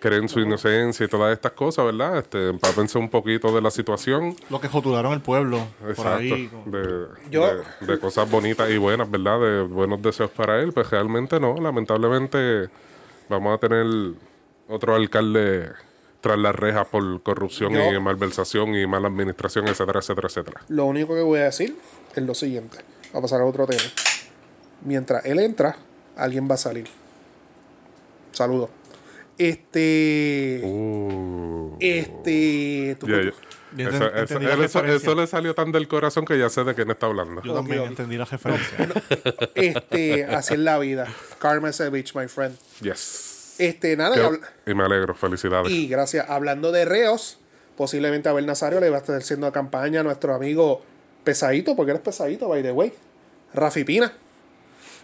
creen su inocencia y todas estas cosas, ¿verdad? Este, empápense un poquito de la situación. Lo que jotularon el pueblo. Por Exacto. ahí. como- de, Yo- de- de cosas bonitas y buenas, ¿verdad? De buenos deseos para él. Pues realmente no. Lamentablemente vamos a tener otro alcalde tras las rejas por corrupción Yo- y malversación y mala administración, etcétera, etcétera, etcétera. Lo único que voy a decir es lo siguiente. Va a pasar a otro tema. Mientras él entra, alguien va a salir. Saludos. Este. Oh. Uh. Eh, Este. tu- Ya, tu- ya. Ya Eso, entendí- eso- entendí la él- eso- referencia. eso le salió tan del corazón que ya sé de quién está hablando. Yo también Ok, ok. entendí la referencia. Este. Así es la vida. Karma is a bitch, my friend. Yes. Este, nada. Yo- y habla- y me alegro, felicidades. Y gracias, hablando de reos, posiblemente Abel Nazario le va a estar haciendo campaña a nuestro amigo pesadito, porque eres pesadito, by the way. Rafi Pina.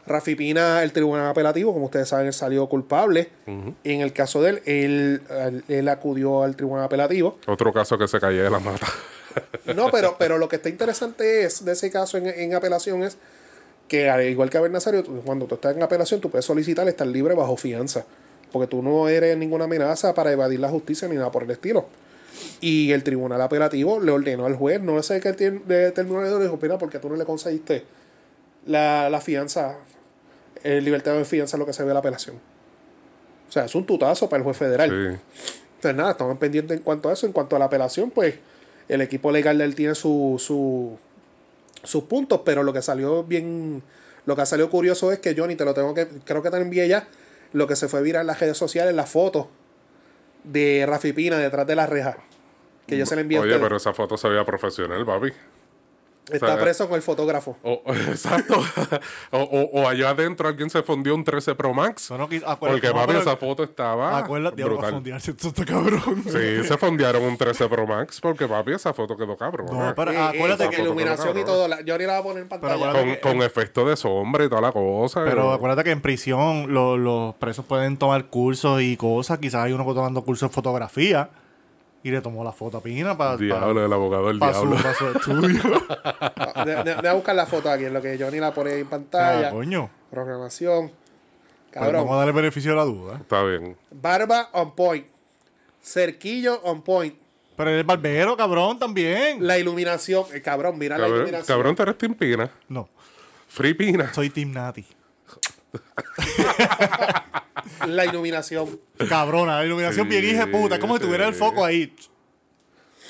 Rafi Pina, el tribunal apelativo, como ustedes saben, él salió culpable. En el caso de él, él, él, acudió al tribunal apelativo. Otro caso que se caía de la mata. No, pero, pero lo que está interesante es de ese caso en, en apelación es que, al igual que Abel Nazario, tú- cuando tú estás en apelación, tú puedes solicitar estar libre bajo fianza. Porque tú no eres ninguna amenaza para evadir la justicia ni nada por el estilo. Y el tribunal apelativo le ordenó al juez, no sé qué tien- de- terminó le dijo, mira, porque tú no le concediste la, la fianza, el libertad de fianza, lo que se ve en la apelación. O sea, es un tutazo para el juez federal. Sí. Pues nada, estamos pendientes en cuanto a eso. En cuanto a la apelación, pues el equipo legal de él tiene su, su- sus puntos, pero lo que salió bien, lo que salió curioso es que Johnny, te lo tengo que, creo que te lo envié ya, lo que se fue viral en las redes sociales, las fotos de Rafi Pina detrás de la reja. Que yo se la envié a Oye, ustedes. pero esa foto se veía profesional, papi. Está sea, preso con el fotógrafo. O- *laughs* exacto. o, o- o allá adentro alguien se fundió un 13 Pro Max. Son lo que- acuérdate- Porque, no, papi, pero- esa foto estaba Acuérdate, ahora va a ah, brutal. fundirse esto está cabrón. Sí, se fondearon un 13 Pro Max porque, papi, esa foto quedó cabrón. No, pero Eh, eh, Ah, acuérdate con que- iluminación y todo. la- yo ni la voy a poner en pantalla. acuérdate- Con, con efecto de sombra y toda la cosa. eh. Pero y- acuérdate que en prisión lo- los presos pueden tomar cursos y cosas. Quizás hay uno que está tomando cursos de fotografía y le tomó la foto a Pina para Diablo, el abogado del diablo. su, pa' su estudio. Ah, de- de- Voy a buscar la foto aquí, en lo que yo ni la pone en Ah, pantalla. coño. Programación. Pero Cabrón. vamos a darle beneficio a la duda. *laughs* Está bien. Barba on point. Cerquillo on point. Pero el barbero, cabrón, también. La iluminación. eh, cabrón, mira la Cabrón, iluminación. cabrón, te eres Team Pina. No, Free Pina. soy Team Nati. La iluminación. Cabrona, la iluminación Sí, bien hija de puta. Como si sí. tuviera el foco ahí.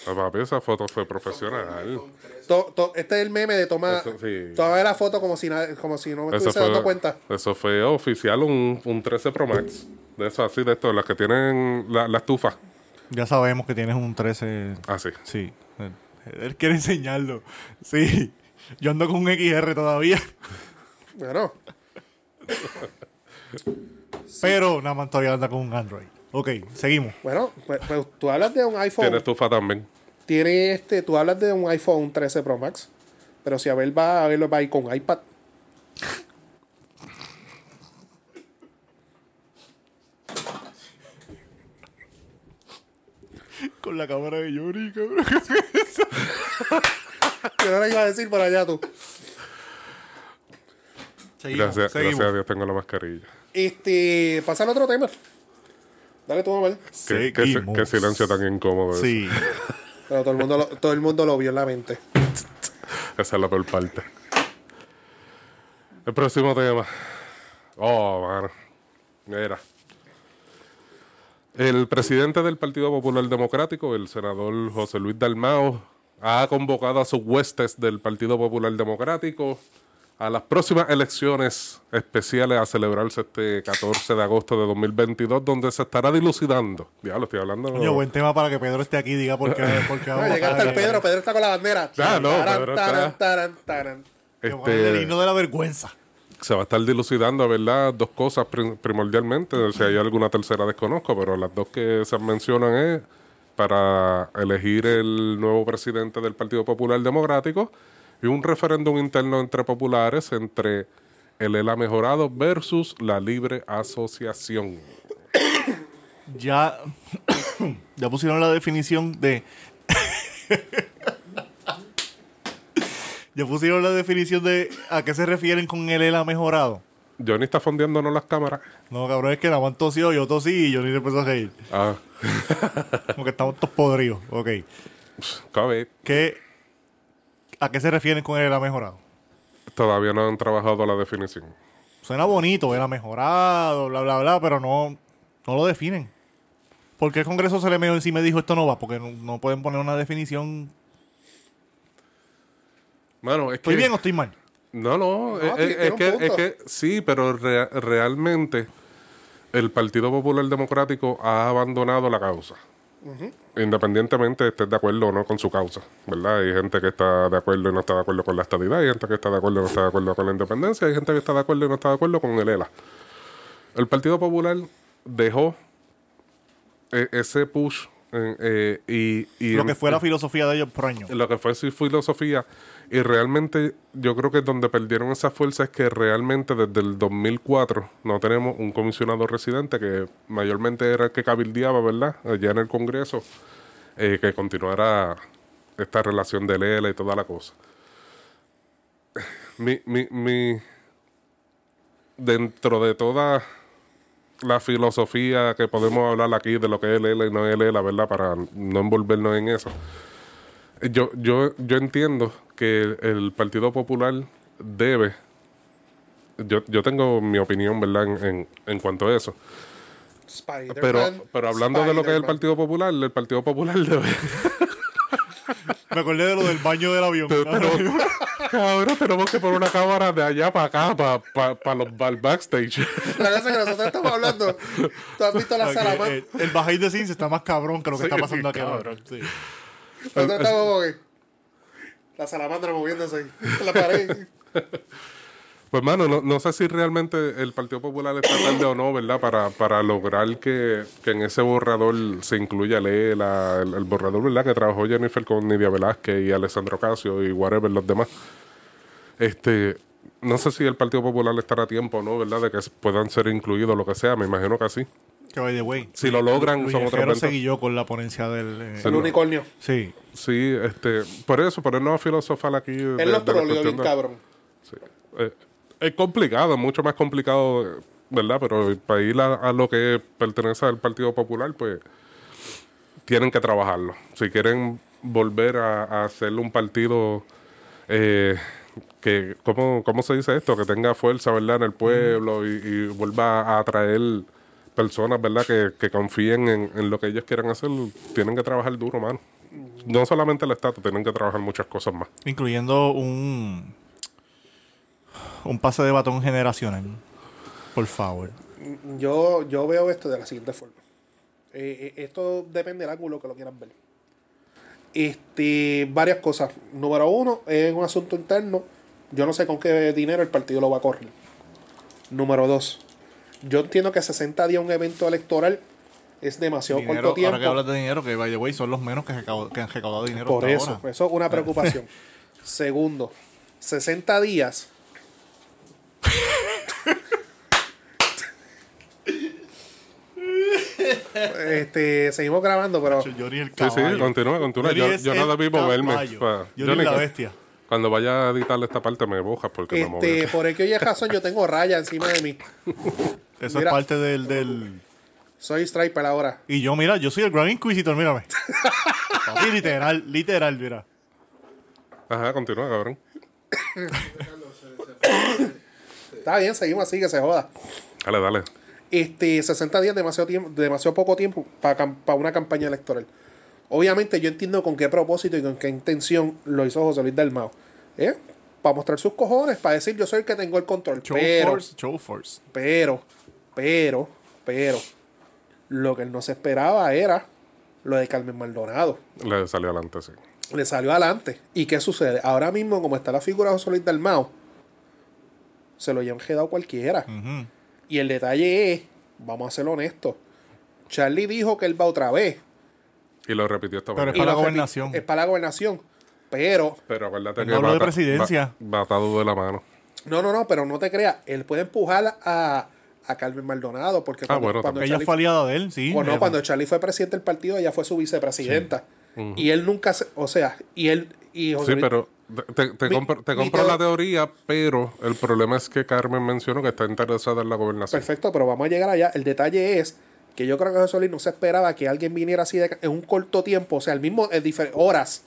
Ah, Papi, esa foto fue profesional. To- to- este es el meme de toma. Eso sí. Toma la foto como si, nada- como si no me Eso estuviese fue, dando cuenta. eso fue oficial un, un 13 Pro Max. De eso así, de esto, las que tienen la, la estufa. Ya sabemos que tienes un 13. Así. Sí. Él, él quiere enseñarlo. Sí. Yo ando con un XR todavía. Bueno, Pero nada más todavía anda con un Android. Ok, seguimos. bueno, pues, pues tú hablas de un Tiene iPhone. estufa también. Tiene este, tú hablas de un iPhone 13 Pro Max. Pero si Abel va a verlo, va a ir con iPad. Con la cámara de Yuri, cabrón. Yo no le iba a decir para allá tú. Seguimos, Gracias, seguimos. gracias a Dios tengo la mascarilla. Este, pasa al otro tema. Dale tú, Abel. Qué, qué si- Seguimos. qué silencio tan incómodo. ese. Sí. Pero todo el mundo lo, todo el mundo lo vio en la mente. Esa es la peor parte. El próximo tema. Oh, mano. Mira. El presidente del Partido Popular Democrático, el senador José Luis Dalmao, ha convocado a sus huestes del Partido Popular Democrático a las próximas elecciones especiales a celebrarse este 14 de agosto de 2022, donde se estará dilucidando. Diablo, estoy hablando. Coño, buen tema para que Pedro esté aquí y diga por qué, por qué No, vamos llega hasta a el Pedro. Pedro está con la bandera. Ah, no, Pedro Taran, está- taran, taran, taran. Que Este- pongan El himno de la vergüenza. se va a estar dilucidando, ¿verdad? Dos cosas prim- primordialmente. Si hay alguna tercera desconozco, pero las dos que se mencionan es para elegir el nuevo presidente del Partido Popular Democrático y un referéndum interno entre populares entre el ELA mejorado versus la libre asociación. Ya, *coughs* ya pusieron la definición de. *laughs* ya pusieron la definición de a qué se refieren con el ELA mejorado. Johnny está fondeándonos las cámaras. No, cabrón, es que nada más tosió, yo tosí y yo ni le empezó a reír. Ah, Como que estamos todos podridos. Ok. cabe. ¿Qué, ¿A qué se refieren con el ELA mejorado? Todavía no han trabajado la definición. Suena bonito, era mejorado, bla, bla, bla, pero no, no lo definen. ¿Por qué el Congreso se le medio encima y dijo esto no va? Porque no, no pueden poner una definición. Bueno, es ¿Estoy que... bien o estoy mal? No, no, eh, tiene- eh, tiene es, un que, punto. es que sí, pero rea- realmente el Partido Popular Democrático ha abandonado la causa. Independientemente estés de acuerdo o no con su causa, ¿verdad? Hay gente que está de acuerdo y no está de acuerdo con la estadidad, hay gente que está de acuerdo y no está de acuerdo con la independencia, hay gente que está de acuerdo y no está de acuerdo con el ELA. El Partido Popular dejó eh, ese push eh, eh, y, y Lo que fue la filosofía de ellos por año. lo que fue su filosofía. Y realmente yo creo que donde perdieron esa fuerza es que realmente desde el 2004 no tenemos un comisionado residente que mayormente era el que cabildeaba, ¿verdad? Allá en el Congreso, eh, que continuara esta relación de Lela y toda la cosa. Mi, mi, mi, dentro de toda la filosofía que podemos hablar aquí de lo que es Lela y no es Lela, ¿verdad? Para no envolvernos en eso. Yo, yo, yo entiendo que el, el Partido Popular debe. Yo, yo tengo mi opinión, ¿verdad?, en, en- en cuanto a eso. Spider-Man, Pero, pero hablando de lo que es el Spider-Man. Partido Popular, el Partido Popular debe. *laughs* Me acordé de lo del baño del avión. Pero- pero- Cabrón, tenemos que poner una cámara de allá para acá, para los para el backstage. La cosa es que nosotros estamos hablando. Tú has visto *laughs* la Ok, sala, man? eh, el, el behind the scenes está más cabrón que lo que Sí, está pasando aquí. cabrón. ahora. Sí. eh, Nosotros estamos como que. La salamandra moviéndose ahí, en la *laughs* pared. Pues, mano, no, no sé si realmente el Partido Popular está tarde o no, ¿verdad? Para, para lograr que, que en ese borrador se incluya Lela, el, el borrador, ¿verdad? Que trabajó Jennifer con Nidia Velázquez y Alessandro Casio y whatever, los demás. Este, no sé si el Partido Popular estará a tiempo o no, ¿verdad? De que puedan ser incluidos, lo que sea, me imagino que así. Que by the way. Si lo logran, Luis son otros Herrero ventas. seguí yo con la ponencia del. eh, Sí. El unicornio. sí. Sí, este, por eso, pero él no es filosofal aquí. de- Él los de la troleó cuestión bien de- cabrón. Sí. Eh, es complicado, mucho más complicado, eh, ¿verdad? Pero para ir a, a lo que pertenece al Partido Popular, pues tienen que trabajarlo. Si quieren volver a, a hacerle un partido eh, que, ¿cómo, ¿cómo se dice esto? Que tenga fuerza, ¿verdad? En el pueblo y, y vuelva a atraer personas, ¿verdad? Que, que confíen en, en lo que ellos quieran hacer. Tienen que trabajar duro, mano. No solamente el Estado, tienen que trabajar muchas cosas más. Incluyendo un. Un pase de batón generacional. Por favor. Yo, yo veo esto de la siguiente forma. Eh, eh, esto depende del ángulo que lo quieran ver. Este, varias cosas. Número uno, es un asunto interno. Yo no sé con qué dinero el partido lo va a correr. Número dos, yo entiendo que 60 días un evento electoral es demasiado Dinero, corto ahora que tiempo. hablas de dinero, que by the way son los menos que, recau- que han recaudado dinero. Por hasta eso, pues. ahora. eso es *laughs* una preocupación. Segundo, 60 días. este, seguimos grabando, pero Johnny el Sí, sí, caballo. continúa, continúa. Johnny Yo, es yo el no debí moverme. caballo. Pa- Johnny Johnny, la bestia. Cuando vaya a editar esta parte me bojas porque me moví. este, por el que oye razón, yo tengo raya encima de mí. Eso Mira. Uh. es parte del, del. Soy striper ahora. Y yo, mira, yo soy el Grand Inquisitor, mírame. Papi, literal, literal, mira. Ajá, continúa, cabrón. Está bien, seguimos así, que se joda. Dale, dale. este, 60 días demasiado tiempo, demasiado poco tiempo para una campaña electoral. Obviamente yo entiendo con qué propósito y con qué intención lo hizo José Luis Dalmao. ¿eh? Para mostrar sus cojones, para decir yo soy el que tengo el control. Show pero, Force, Show Force. pero, pero, pero, lo que él no se esperaba era lo de Carmen Maldonado. Le salió adelante, sí. Le salió adelante. ¿Y qué sucede? Ahora mismo, como está la figura de José Luis Dalmao, se lo llevan quedado cualquiera. Ujú. Y el detalle es, vamos a ser honestos, Charlie dijo que él va otra vez. Y lo repitió esta Pero vez. es para Y lo la repi- gobernación. Es para la gobernación. Pero, Pero acuérdate que No habló de bata- presidencia. ba- Batado de la mano. no, no, no, pero no te creas, él puede empujar a, a Carmen Maldonado porque cuando, bueno, cuando Ah, Ella Charlie, fue aliada de él, sí. o no, Eva. cuando Charlie fue presidente del partido, ella fue su vicepresidenta. Y él nunca, se- o sea, y él, y José Sí, Luis- pero te- te, te Mi- compro, te mi compro la teo- teoría, pero el problema es que Carmen mencionó que está interesada en la gobernación. Perfecto, pero vamos a llegar allá. El detalle es que yo creo que José Luis no se esperaba que alguien viniera así de, en un corto tiempo, o sea, el mismo, el difer- horas.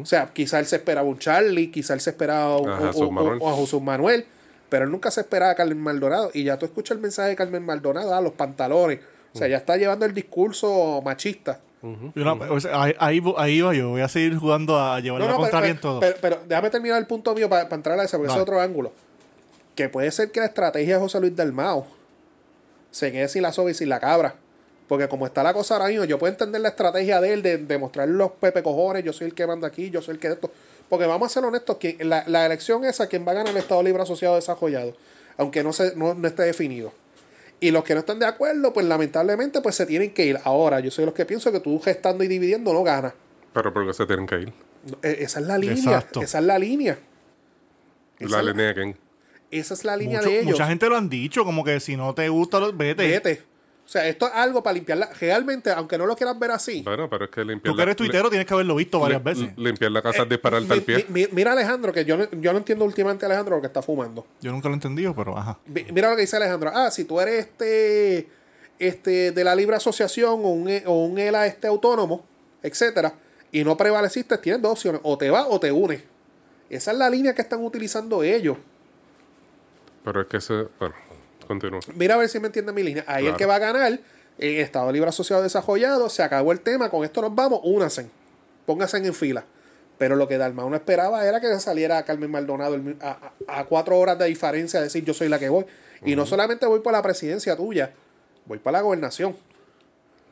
O sea, quizá él se esperaba un Charlie, quizá él se esperaba un- A un- Jesús un- Manuel. o a Jesús Manuel, pero él nunca se esperaba a Carmen Maldonado. Y ya tú escuchas el mensaje de Carmen Maldonado a los pantalones. O sea, ya está llevando el discurso machista. Y una- o sea, ahí, ahí vo- ahí iba yo. Voy a seguir jugando a llevar la pero, contraria pero, en todo. pero- pero déjame terminar el punto mío para, entrar a ese, porque ese es Dale. otro ángulo. Que puede ser que la estrategia de José Luis Dalmao se quede sin la soga y sin la cabra. Porque como está la cosa ahora mismo, yo puedo entender la estrategia de él de, de mostrar los pepe cojones, yo soy el que manda aquí, yo soy el que de esto. Porque vamos a ser honestos, que la, la elección esa, quien va a ganar el Estado Libre Asociado desarrollado, aunque no, se, no, no esté definido. Y los que no están de acuerdo, pues lamentablemente pues se tienen que ir. Ahora, yo soy los que pienso que tú gestando y dividiendo no ganas. Pero porque se tienen que ir. No, e- Esa es la línea. Exacto. Esa es la línea. Esa, La es la- línea de quién. esa es la línea Mucho- de ellos. mucha gente lo han dicho, como que si no te gusta, lo- vete. Vete. O sea, esto es algo para limpiarla. Realmente, aunque no lo quieran ver así. Bueno, pero es que limpiar Tú que eres la, tuitero tienes que haberlo visto li- varias veces. li- limpiar la casa es Eh, dispararte Mi- al pie. mi- mi- mira Alejandro, que yo no, yo no entiendo últimamente a Alejandro lo que está fumando. Yo nunca lo he entendido, pero ajá. Mi- Mira lo que dice Alejandro. Ah, si tú eres este, este de la libre asociación o un, e- o un ELA este autónomo, etcétera, y no prevaleciste, tienes dos opciones. O te vas o te unes. Esa es la línea que están utilizando ellos. Pero es que se... Bueno, continúa. Mira a ver si me entiende mi línea. Ahí el Claro. que va a ganar, eh, Estado Libre Asociado Desarrollado, se acabó el tema, con esto nos vamos, únanse, pónganse en fila. Pero lo que Dalmau no esperaba era que saliera Carmen Maldonado el mi- a, a- a cuatro horas de diferencia a decir yo soy la que voy. Y no solamente voy para la presidencia tuya, voy para la gobernación.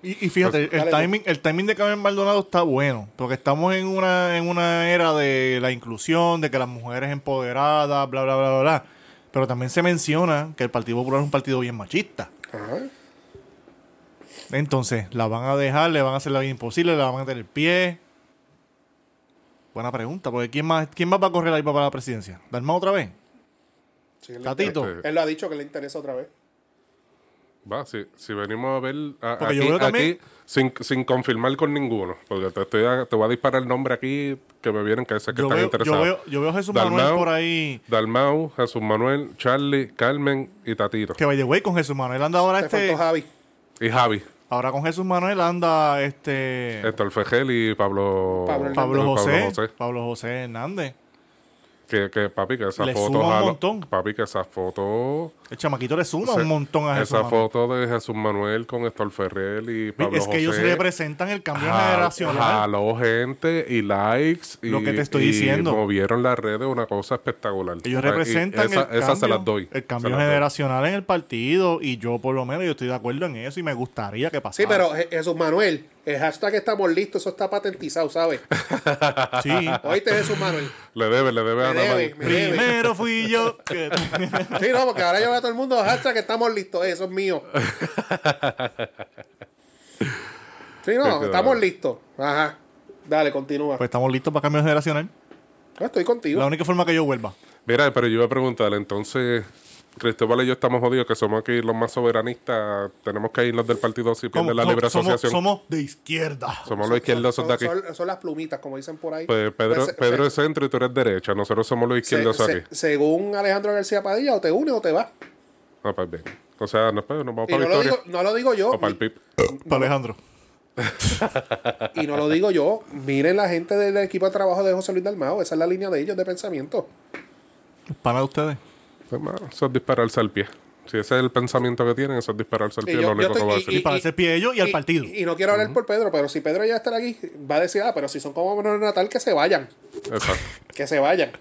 Y, y fíjate, dale el tú. timing, el timing de Carmen Maldonado está bueno, porque estamos en una, en una era de la inclusión, de que las mujeres empoderadas, bla, bla, bla, bla, bla. Pero también se menciona que el Partido Popular es un partido bien machista. Ajá. Entonces, la van a dejar, le van a hacer la vida imposible, la van a meter el pie. Buena pregunta, porque ¿quién más, quién más va a correr ahí para la presidencia? ¿Dalmau otra vez? Sí, él, ¿Tatito? Este, él lo ha dicho que le interesa otra vez. Va, si, si venimos a ver a- Porque aquí, yo veo también- aquí sin, sin confirmar con ninguno, porque te, estoy a- te voy a disparar el nombre aquí que me vienen que sé que Yo están veo, yo, interesados. veo, yo veo a Jesús Dalmau. Manuel por ahí. Dalmau, Jesús Manuel, Charlie, Carmen y Tatito. Que vaya güey con Jesús Manuel anda ahora Te faltó este. Javi. Y Eh. Javi, Ahora con Jesús Manuel anda este. Héctor Fejel y Pablo, Pablo Pablo José, Pablo José Hernández. Que, que, papi, que esa Le foto. suma un jalo- montón. Papi, que esa foto. El chamaquito le suma ese- un montón a Jesús Esa Manuel. foto de Jesús Manuel con Héctor Ferrer y Pablo es que ellos José. Ah, representan el cambio Jal- generacional. Jaló gente y likes. Y, Lo que te estoy y diciendo. movieron las redes una cosa espectacular. Ellos O sea, ah, y representan esa, el cambio, esa se las doy. el Se cambio las doy. generacional en el partido y yo por lo menos yo estoy de acuerdo en eso y me gustaría que Sí, pasara. pero Je- Jesús Manuel, el hashtag estamos listos, eso está patentizado, ¿sabes? *laughs* Sí. Oíste Jesús Manuel. Le debe, le debe a Me Dalmau. debe, me debe. Primero fui yo. *laughs* que- Sí, no, porque ahora yo veo a todo el mundo, hashtag estamos listos, eso es *laughs* mío. Sí, no, Qué estamos claro. listos. Ajá. Dale, continúa. pues estamos listos para cambio generacional. No, Estoy contigo. La única forma que yo vuelva. Mira, pero yo iba a preguntar, entonces, Cristóbal y yo estamos jodidos, que somos aquí los más soberanistas, tenemos que irnos del partido si Como- pierde la so- libre somos, asociación. Somos, somos de izquierda. los izquierdosos son, de aquí. son- son las plumitas, como dicen por ahí. Pues Pedro, Pues, se- Pedro se- es centro y tú eres derecha, nosotros somos los se- izquierdos se- aquí. según Alejandro García Padilla, o te une o te vas. Ah, pues bien. O sea, no, pues, nos vamos Y para no lo, Victoria. digo, no lo digo yo. O para el mi- PIB. Para Alejandro. Y no lo digo yo. Miren la gente del equipo de trabajo de José Luis Dalmao. Esa es la línea de ellos de pensamiento. Para de ustedes. Pues, mano, eso es dispararse al pie. Si ese es el pensamiento que tienen, eso es dispararse al Y pie, yo- lo yo único que estoy- va a y- decir. Y, para ese pie ellos y, al partido. Y, y no quiero hablar por Pedro, pero si Pedro ya está aquí, va a decir, ah, pero si son como menores de natal, que se vayan. Exacto. Que se vayan.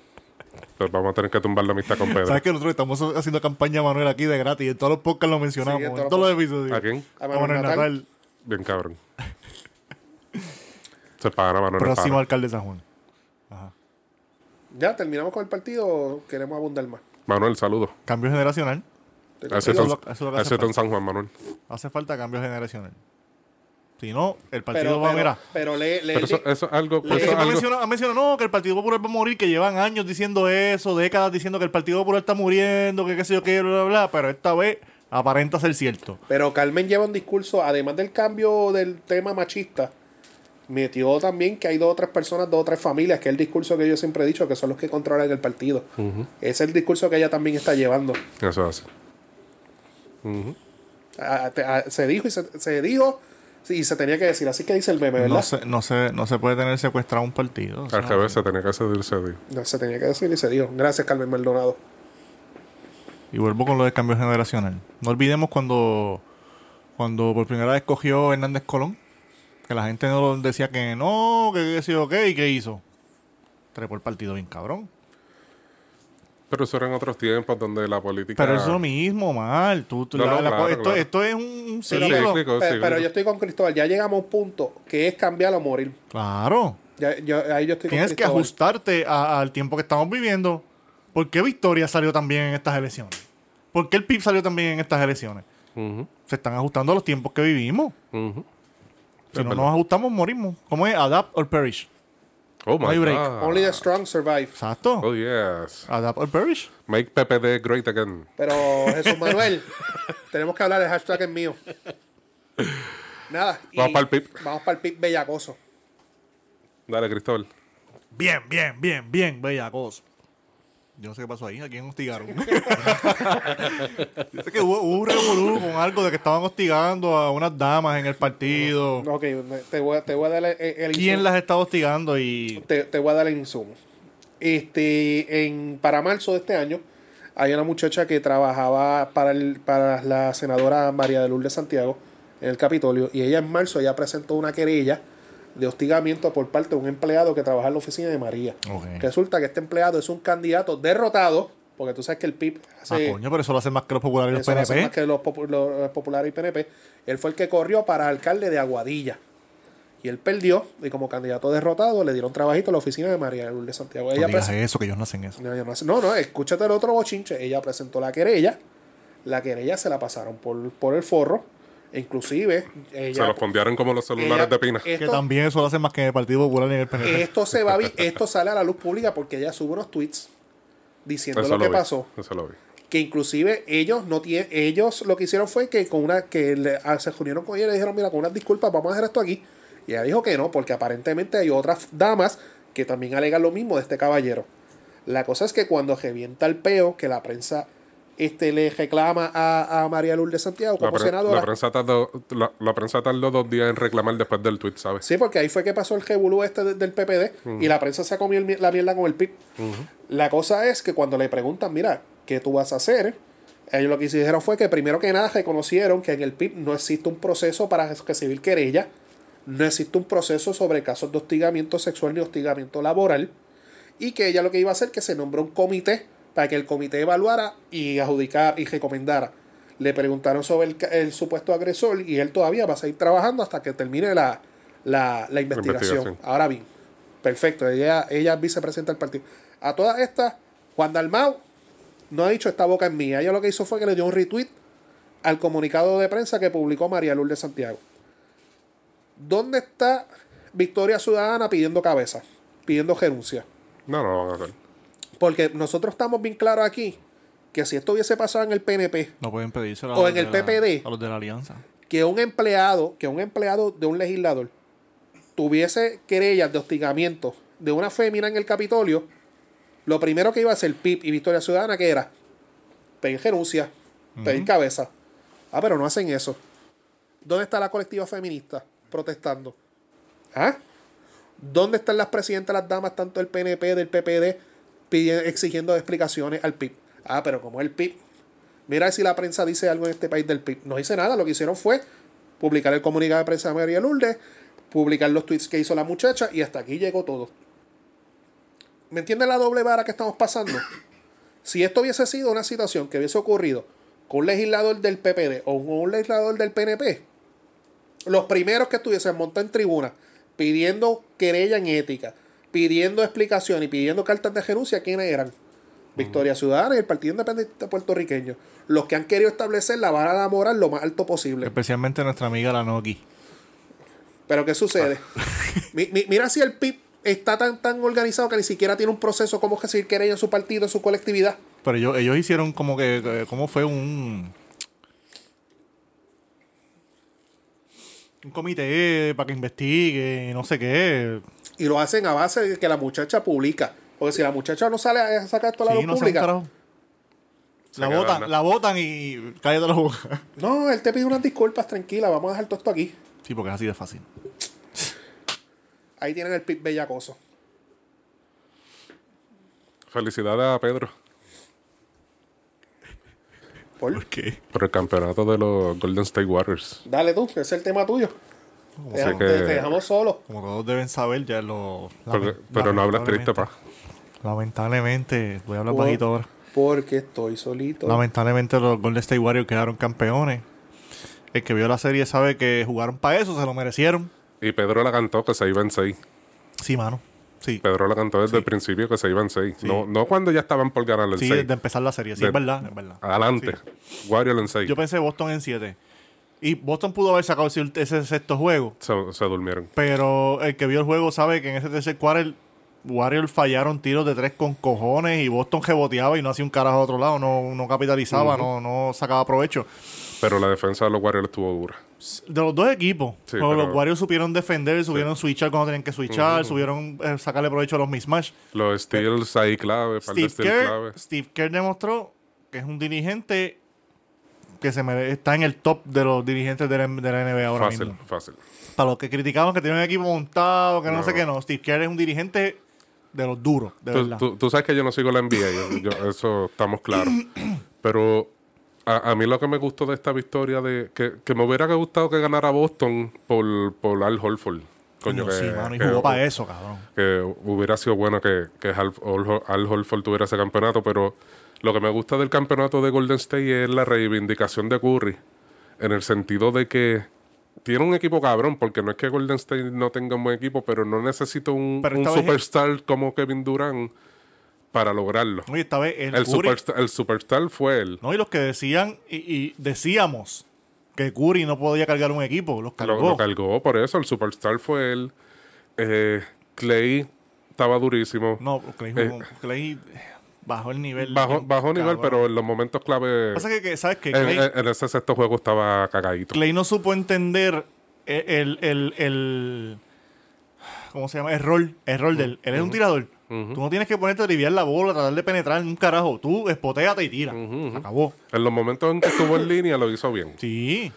Pues vamos a tener que tumbar la amistad con Pedro. ¿Sabes que nosotros estamos haciendo campaña a Manuel aquí de gratis? En todos los podcasts lo mencionamos. Sí, en todos los episodios. ¿A quién? A A Manuel Manuel Natal. Natal, Bien cabrón. Se para, mano. no es próximo para. alcalde de San Juan. Ya, terminamos con el partido o queremos abundar más. Manuel, saludos. Cambio generacional. Hace Eso es ton, lo- eso es lo que hace hace ton San Juan, Manuel. Hace falta cambio generacional. Si no, el partido Pero, va a pero, mirar. pero lee, lee Pero el eso, di- eso es algo. Le- eso Porque es siempre algo- menciona- han mencionado, no, que el Partido Popular va a morir, que llevan años diciendo eso, décadas diciendo que el Partido Popular está muriendo, que qué sé yo qué, bla, bla, bla, pero esta vez aparenta ser cierto. Pero Carmen lleva un discurso, además del cambio del tema machista, metió también que hay dos o tres personas, dos o tres familias, que es el discurso que yo siempre he dicho, que son los que controlan el partido. Es el discurso que ella también está llevando. Eso es así. Ah, te- ah, se dijo y se, se dijo y se tenía que decir. Así que dice el meme, ¿verdad? No se, no, se, no se puede tener secuestrado un partido. o sea, Al revés, se tenía que cedirse de No, se tenía que decir y se dijo. Gracias, Carmen Maldonado. Y vuelvo con lo del cambio generacional. No olvidemos cuando, cuando por primera vez cogió Hernández Colón, que la gente no decía que no, que qué sé yo qué, y qué hizo. Trepó el partido bien cabrón. Pero eso eran otros tiempos donde la política. Pero eso es lo mismo, mal. Tú, tú- No, la- no, la- claro, esto, claro. esto es un, un Sí, ciclo. cíclico, Pe- sí, pero yo estoy con Cristóbal. Ya llegamos a un punto que es cambiar o morir. Claro. Ya- yo- ahí yo estoy con Tienes que Cristóbal. ajustarte a- al tiempo que estamos viviendo. ¿Por qué Victoria salió también en estas elecciones? ¿Por qué el PIB salió también en estas elecciones? Ujú, Se están ajustando a los tiempos que vivimos. ujú. Si no nos ajustamos, morimos. ¿Cómo es? Adapt or perish. Oh my hay break. God. Only the strong survive. Exacto. Oh yes. Adapt or perish. Make PPD great again. Pero Jesús *laughs* Manuel, tenemos que hablar. El hashtag es mío. Nada. y Vamos pa'l pip. Vamos para el pip bellacoso. Dale, Cristóbal. Bien, bien, bien, bien, bella cosa. Yo no sé qué pasó ahí. ¿A quién hostigaron? *laughs* Yo sé que hubo, hubo un revolú con algo de que estaban hostigando a unas damas en el partido. Ok, te voy, a- te voy a dar el, el ¿Quién insumo. las estaba hostigando? Y te, te voy a dar el insumo. Este, en, para marzo de este año, hay una muchacha que trabajaba para, el- para la senadora María de Lourdes Santiago en el Capitolio, y ella en marzo ya presentó una querella de hostigamiento por parte de un empleado que trabaja en la oficina de María. Ok. Resulta que este empleado es un candidato derrotado, porque tú sabes que el PIB Ah, hace, coño, pero eso lo hacen más que los populares y los eso lo hace PNP. más que los, popu- los populares y PNP. Él fue el que corrió para alcalde de Aguadilla. Y él perdió, y como candidato derrotado, le dieron trabajito a la oficina de María Lourdes Santiago. No Ella digas presen- eso, que ellos no hacen eso. no, ella no hace- no, no, escúchate el otro bochinche. Ella presentó la querella. La querella se la pasaron por, por el forro. E inclusive, Se ella. los fondearon como los celulares ella- de Pina. esto- Eh, Que también eso lo hacen más que en el Partido Popular y en el PNP. esto se va a vi- esto sale a la luz pública porque ella sube unos tweets diciendo Eso lo, que vi, pasó Eso lo vi. que inclusive ellos no tienen ellos lo que hicieron fue que con una que le- a- se reunieron con ella y le dijeron mira con unas disculpas vamos a hacer esto aquí y ella dijo que no porque aparentemente hay otras damas que también alegan lo mismo de este caballero la cosa es que cuando revienta el peo que la prensa este le reclama a, a María Lourdes Santiago La, como pre- senadora la prensa tardó, la, la prensa tardó dos días en reclamar después del tweet, ¿sabes? Sí, porque ahí fue que pasó el jebulú este de- del PPD y la prensa se ha comido el mi- la mierda con el PIB. La cosa es que cuando le preguntan, mira, ¿qué tú vas a hacer? Ellos lo que hicieron fue que primero que nada reconocieron que en el PIB no existe un proceso para recibir querella, no existe un proceso sobre casos de hostigamiento sexual ni hostigamiento laboral y que ella lo que iba a hacer que se nombró un comité para que el comité evaluara y adjudicar y recomendara. Le preguntaron sobre el, ca- el supuesto agresor y él todavía va a seguir trabajando hasta que termine la, la- la investigación. investigación. Ahora bien, perfecto, ella, ella es vicepresidenta del partido. A todas estas, Juan Dalmau no ha dicho esta boca en mía. Ella lo que hizo fue que le dio un retweet al comunicado de prensa que publicó María Lourdes Santiago. ¿Dónde está Victoria Ciudadana pidiendo cabeza? Pidiendo renuncia. No, no lo van a hacer. Porque nosotros estamos bien claros aquí que si esto hubiese pasado en el PNP, No pueden pedírselo a O los en de el la- PPD. a los de la alianza. que un empleado, que un empleado de un legislador tuviese querellas de hostigamiento de una fémina en el Capitolio, lo primero que iba a hacer PIP y Victoria Ciudadana, que era pedir renuncia, pedir cabeza. Ah, pero no hacen eso. ¿Dónde está la colectiva feminista protestando? ¿Ah? ¿Dónde están las presidentas, las damas, tanto del PNP, del PPD, pidi- exigiendo explicaciones al PIB? Ah, pero como el PIB. Mira si la prensa dice algo en este país del PIB. No dice nada, lo que hicieron fue publicar el comunicado de prensa de María Lourdes, publicar los tweets que hizo la muchacha y hasta aquí llegó todo. ¿Me entiende la doble vara que estamos pasando? Si esto hubiese sido una situación que hubiese ocurrido con un legislador del PPD o con un legislador del PNP, los primeros que estuviesen montados en tribuna pidiendo querella en ética, pidiendo explicación y pidiendo cartas de renuncia, ¿quiénes eran? Victoria Ciudadana y el Partido Independiente Puertorriqueño. Los que han querido establecer la vara de la moral lo más alto posible. Especialmente nuestra amiga la Noki. Pero ¿qué sucede? Ah. *laughs* Mi- mi- mira si el PIB está tan, tan organizado que ni siquiera tiene un proceso como recibir querella en su partido, en su colectividad. Pero ellos, ellos hicieron como que. eh, ¿Cómo fue un. Un comité para que investigue, no sé qué. Y lo hacen a base de que la muchacha publica. Porque si la muchacha no sale a sacar toda la luz Sí, no sé un pública. carajo. La quedan, botan, ¿no? la botan y cállate la boca. *laughs* No, él te pide unas disculpas, tranquila, vamos a dejar todo esto aquí. Sí, porque es así de fácil. Ahí tienen el PIB bellacoso. Felicidades a Pedro Por- qué? por el campeonato de los Golden State Warriors. Dale tú, ese es el tema tuyo. Te sé dejamos, que- te- te dejamos solo. Como todos deben saber, ya lo. Pero, lame- pero no hablas triste, pa. Lamentablemente, voy a hablar Por- bajito ahora. Porque estoy solito. Lamentablemente los Golden State Warriors quedaron campeones. El que vio la serie sabe que jugaron para eso, se lo merecieron. Y Pedro la cantó que se iba en seis. Sí, mano. Sí. Pedro la cantó desde el principio que se iba en seis. No, no cuando ya estaban por ganar el Sí, seis. desde empezar la serie. Sí, De- es verdad, es verdad. Adelante. Warrior en seis. Yo pensé Boston en 7. Y Boston pudo haber sacado ese, ese sexto juego. Se, se durmieron. Pero el que vio el juego sabe que en ese tercer quarter Warriors fallaron tiros de tres con cojones y Boston reboteaba y no hacía un carajo a otro lado, no, no capitalizaba, no, no sacaba provecho. Pero la defensa de los Warriors estuvo dura. De los dos equipos. Sí, pero los pero- Warriors supieron defender, supieron switchar cuando tenían que switchar, supieron eh, sacarle provecho a los mismatch. Los steals ahí clave, par de Steve steals Kerr, clave. Steve Kerr demostró que es un dirigente que se mere- está en el top de los dirigentes de la, de la NBA ahora Fácil, mismo. fácil. Para los que criticaban que tiene un equipo montado, que no, sé qué, no. Steve Kerr es un dirigente de los duros, de Tú, verdad. Pues tú- tú sabes que yo no sigo la NBA, yo- yo- eso estamos *clears throat* claros. Pero a, a mí lo que me gustó de esta victoria, de que, que me hubiera gustado que ganara Boston por, por Al Holford. Coño, que, sí, mano, y que- jugó para eso, cabrón. que hubiera sido bueno que, que Al, Al- Al Horford tuviera ese campeonato, pero lo que me gusta del campeonato de Golden State es la reivindicación de Curry, en el sentido de que tiene un equipo cabrón, porque no es que Golden State no tenga un buen equipo, pero no necesita un, Pero un esta vez- superstar como Kevin Durant para lograrlo. Oye, esta vez el, El, Curry- superstar, el superstar fue él. No, y los que decían, y, y decíamos que Curry no podía cargar un equipo, los cargó. Lo, lo cargó por eso, el superstar fue él. Eh, Clay estaba durísimo. no, Clay, Eh, jugó- Clay bajó el nivel. Bajo, bajo nivel, Cabrón. pero eh, en los momentos clave. Pasa que, que, ¿sabes qué? En, Clay, en- en ese sexto juego estaba cagadito. Clay no supo entender e, el, el, el, el- ¿Cómo se llama? El rol, el rol del... Él es un tirador. Tú no tienes que ponerte a aliviar la bola, tratar de penetrar en un carajo. Tú espoteate y tira. Se acabó. En los momentos en que estuvo *coughs* en línea lo hizo bien. Sí.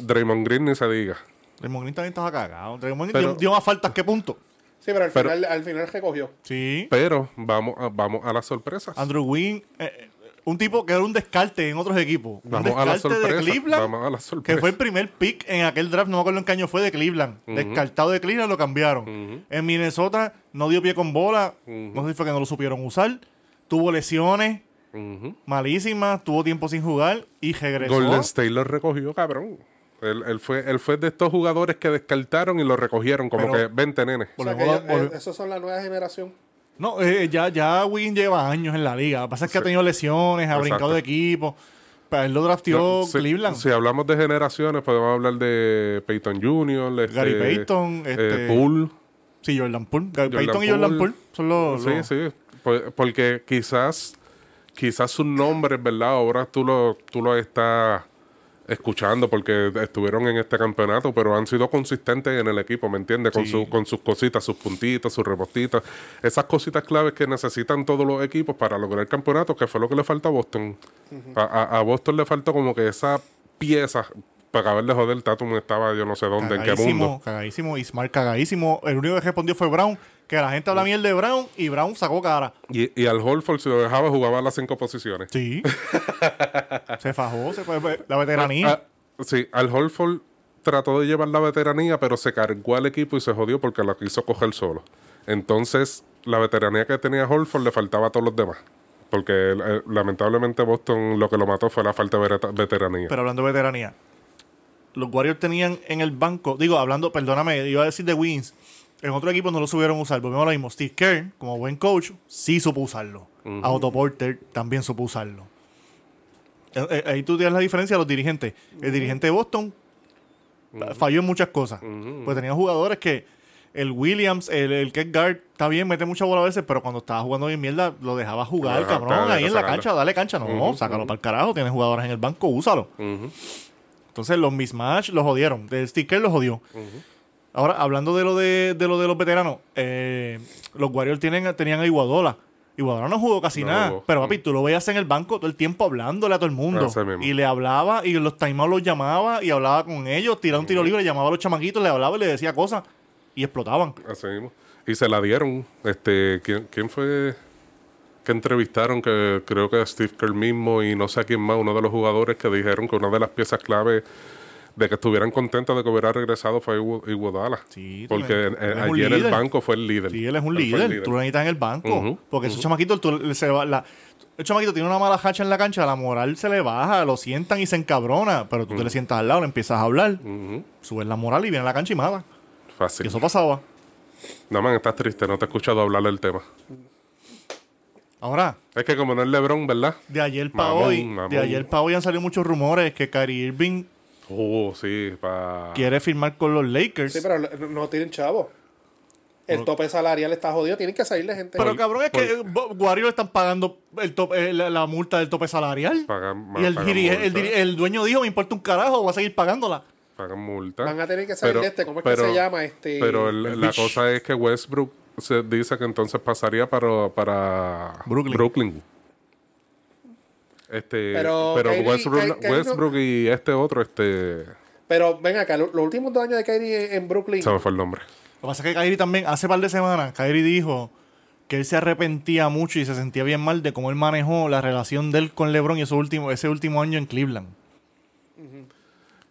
Draymond Green ni se diga. Draymond Green también estaba cagado. Draymond Green Pero- dio, dio más faltas que punto. Sí, pero al Pero- final, al final recogió. Sí. Pero vamos a, vamos a las sorpresas. Andrew Wynn, eh, eh, un tipo que era un descarte en otros equipos. Un Vamos a la descarte de sorpresa. Cleveland, Vamos a la que sorpresa. fue el primer pick en aquel draft, no me acuerdo en qué año fue, de Cleveland. Descartado de Cleveland, lo cambiaron. En Minnesota no dio pie con bola, no sé si fue que no lo supieron usar. Tuvo lesiones Ujú. malísimas, tuvo tiempo sin jugar y regresó. Golden State lo recogió, cabrón. Él, él fue, él fue de estos jugadores que descartaron y lo recogieron. Como Pero- que, vente, nene. O sea, que Volvemos a- ellos- volve- eh, esos son la nueva generación. No, eh, ya, ya Wynn lleva años en la liga. Lo que pasa es que ha tenido lesiones, ha Exacto. brincado de equipo. Pero él lo drafteó No, si, Cleveland. si hablamos de generaciones, podemos hablar de Peyton Jr., este, Gary Payton, este- Poole. Sí, Jordan Poole. Payton y Poole. Jordan Poole son los... Sí, los- sí. Por- porque quizás, quizás sus nombres, ¿verdad? Ahora tú lo, tú lo estás escuchando porque estuvieron en este campeonato, pero han sido consistentes en el equipo, ¿me entiendes? Con, Sí. su- con sus cositas, sus puntitos, sus rebotitos. Esas cositas claves que necesitan todos los equipos para lograr el campeonato, que fue lo que le falta a Boston. a, a- a Boston le faltó como que esa pieza. Para acabar de joder, Tatum estaba yo no sé dónde, en qué Cagadísimo, mundo. Cagadísimo, Ismael cagadísimo. El único que respondió fue Brown, que la gente habla miel de Brown y Brown sacó cara. Y, y al Holford, si lo dejaba, jugaba las cinco posiciones. Sí. se fajó, se fue la Ah, veteranía. sí, al Holford trató de llevar la veteranía, pero se cargó al equipo y se jodió porque la quiso coger solo. Entonces, la veteranía que tenía Holford le faltaba a todos los demás. Porque eh, lamentablemente Boston lo que lo mató fue la falta de vereta- veteranía. Pero hablando de veteranía, los Warriors tenían en el banco, digo, hablando, perdóname, iba a decir de Wins, en otro equipo no lo supieron usar. Volvemos a lo mismo. Steve Kerr, como buen coach, sí supo usarlo. Otto Porter también supo usarlo. Eh, eh, Ahí tú tienes la diferencia de los dirigentes. El dirigente de Boston falló en muchas cosas. Pues tenía jugadores que el Williams, el, el Kent Guard, está bien, mete mucha bola a veces, pero cuando estaba jugando bien mierda, lo dejaba jugar, Ajá, cabrón, claro, ahí en la sacarlo. cancha, dale cancha. No, sácalo para el carajo, tienes jugadores en el banco, úsalo. Entonces los mismatch los jodieron. El sticker los jodió. Ahora, hablando de lo de, de lo de los veteranos, eh, los Warriors tienen, tenían a Iguadola. Iguadola no jugó casi No nada. jugó. Mm. Pero papi, tú lo veías en el banco todo el tiempo hablándole a todo el mundo. Así mismo. Y le hablaba, y los timeouts los llamaba, y hablaba con ellos, tiraba un Mm. tiro libre, llamaba a los chamaquitos, le hablaba y le decía cosas. Y explotaban. Así mismo. Y se la dieron. Este, ¿quién, quién fue que entrevistaron? Que creo que a Steve Kerr mismo y no sé a quién más, uno de los jugadores que dijeron que una de las piezas clave de que estuvieran contentos de que hubiera regresado fue Iwo- Iguodala. Sí, porque tremendo. eh, Él es un allí en el líder. banco fue el líder. Sí, él es un fue el líder. Tú lo necesitas en el banco. Ujú, Porque esos chamaquitos, tú le- se va- la- el chamaquito tiene una mala hacha en la cancha, la moral se le baja, lo sientan y se encabrona. Pero tú te le sientas al lado, le empiezas a hablar, Ujú, subes la moral y viene a la cancha y mata. Fácil. Y eso pasaba. No, man, estás triste, no te he escuchado hablar del tema. Ahora, Es que como no es LeBron, ¿verdad? de ayer para Mamón, hoy, mamón. de ayer para hoy han salido muchos rumores que Kyrie Irving Oh, sí, para... quiere firmar con los Lakers. Sí, pero, pero no, no tienen chavo. El tope salarial está jodido. Tienen que salir de gente. cabrón, es que eh, Bo- Warriors le están pagando el top- eh, la, la multa del tope salarial. Pagan- y el, pagan dirige- el multa. diri- el dueño dijo, me importa un carajo, voy a seguir pagándola. Pagan multa. Van a tener que salir de este, ¿cómo es que se llama? Este- Pero el- El la Beach. cosa es que Westbrook se dice que entonces pasaría para, para Brooklyn. Este, Pero pero Kyrie- Westbrook, Ky- Kyrie no- Westbrook y este otro, este, Pero ven acá, lo- los últimos dos años de Kyrie en- en Brooklyn. se me fue el nombre. Lo que pasa es que Kyrie también, hace par de semanas, Kyrie dijo que él se arrepentía mucho y se sentía bien mal de cómo él manejó la relación de él con LeBron y ese último, ese último año en Cleveland.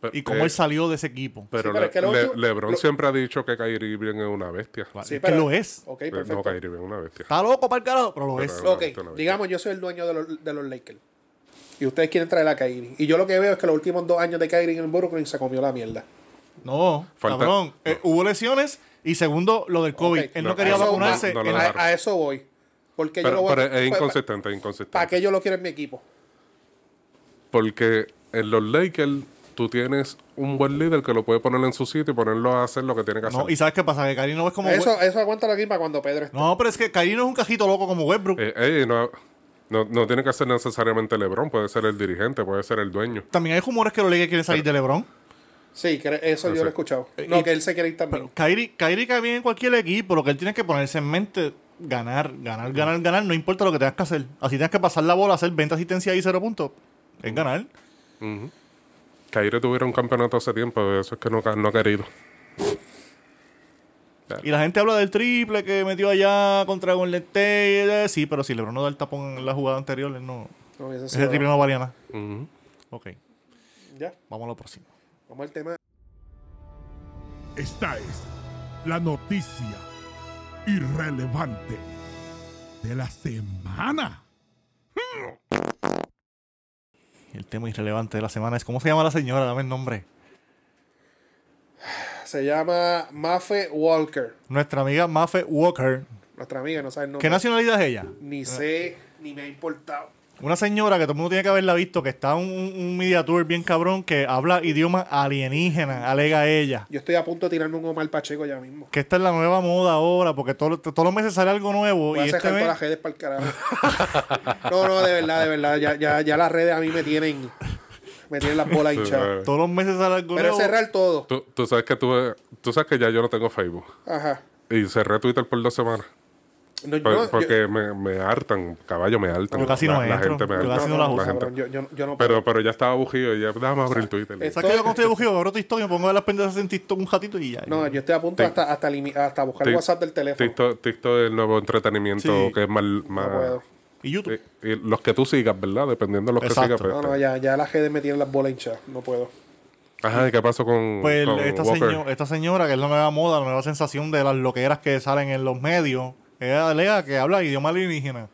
Pe- y cómo eh, él salió de ese equipo. Pero, Sí, pero Le- es que lo Le- último- LeBron lo- siempre ha dicho que Kyrie Irving es una bestia. Vale, Sí, es que pero- lo es. Ok, Eh, perfecto. No, Kyrie Irving es una bestia. Está loco para el carajo, pero lo es. Pero- Ok, Esto no es digamos, yo soy el dueño de los, de los Lakers. Y ustedes quieren traer a Kyrie. Y yo lo que veo es que los últimos dos años de Kyrie en el Brooklyn se comió la mierda. No, Falta- cabrón. Eh, hubo lesiones y segundo, lo del COVID. Ok. Él no, No, quería eso- vacunarse. no, no, Él- no, no. A, a eso voy. Porque yo Pero, lo voy pero es pues, inconsistente, es pa- inconsistente. ¿Para qué yo lo quiero en mi equipo? Porque en los Lakers tú tienes un buen líder que lo puede poner en su sitio y ponerlo a hacer lo que tiene que hacer. No, y sabes qué pasa, que Kyrie no es como... Eso, eso aguántalo aquí para cuando Pedro esté. No, pero es que Kyrie no es un cajito loco como Westbrook. Eh, eh, no, no, no tiene que ser necesariamente LeBron, puede ser el dirigente, puede ser el dueño. También hay rumores que los Lakers quieren salir de LeBron. Sí, que eso yo lo he escuchado. Eh, No, y- que él se quiere ir también. Pero Kyrie, Kyrie cae bien en cualquier equipo. Lo que él tiene que ponerse en mente, ganar, ganar, ganar, ganar. No importa lo que tengas que hacer. Así tienes que pasar la bola, hacer 20 asistencias y 0 puntos. Es ganar. Kyrie tuviera un campeonato hace tiempo, eso es que no, ca- no ha querido. Y la gente habla del triple que metió allá contra Golden State. eh, Sí, pero si LeBron no da el tapón en la jugada anterior, él no... No, eso sí Ese no. triple no valía nada. Ujú. Ok, Ya, vamos a lo próximo. vamos al tema. Esta es la noticia irrelevante de la semana. El tema irrelevante de la semana es cómo se llama la señora, dame el nombre. Se llama Mafe Walker. Nuestra amiga Mafe Walker. Nuestra amiga, no sabe el nombre. ¿Qué nacionalidad es ella? Ni sé, ni me ha importado. Una señora que todo el mundo tiene que haberla visto, que está en un, un media tour bien cabrón, que habla idioma alienígena, alega ella. Yo estoy a punto de tirarme un Omar Pacheco ya mismo. Que esta es la nueva moda ahora, porque todo- todos los meses sale algo nuevo. Voy a y cerrar este todas mes, las redes para el carajo. *laughs* no, no, de verdad, de verdad. Ya, ya, ya las redes a mí me tienen. Me tienen las bolas hinchadas. Eh, todos los meses sale algo Pero nuevo. cerrar todo. tú, tú sabes que tú, eh, tú sabes que ya yo no tengo Facebook. Ajá. Y cerré Twitter por dos semanas. No, yo Por- no- yo- porque me, me hartan, caballo, me hartan. Yo casi la, no la entro, gente me yo harta, casi no no, la no, uso. cabrón, yo- yo no- yo no Pero, pero ya estaba bujío y ya, dame a abrir Twitter. es- ¿Sabes que yo cuando estoy bujío, abro tu historia, me pongo a ver las pendejas en TikTok un ratito y ya. No, yo estoy a punto Tic- hasta, hasta, limi- hasta buscar Tic- WhatsApp del teléfono. TikTok, TikTok es el nuevo entretenimiento Sí. que es más... más- No puedo. y YouTube. eh, y- y los que tú sigas, ¿verdad? Dependiendo de los Exacto. que sigas. pues, No, no, ya, ya las redes me tienen las bolas hinchadas. No puedo. Ajá, ¿y qué pasó con, Pues con esta, Walker? seño- esta señora, que es la nueva moda, la nueva sensación de las loqueras que salen en los medios, ella alega que habla idioma alienígena.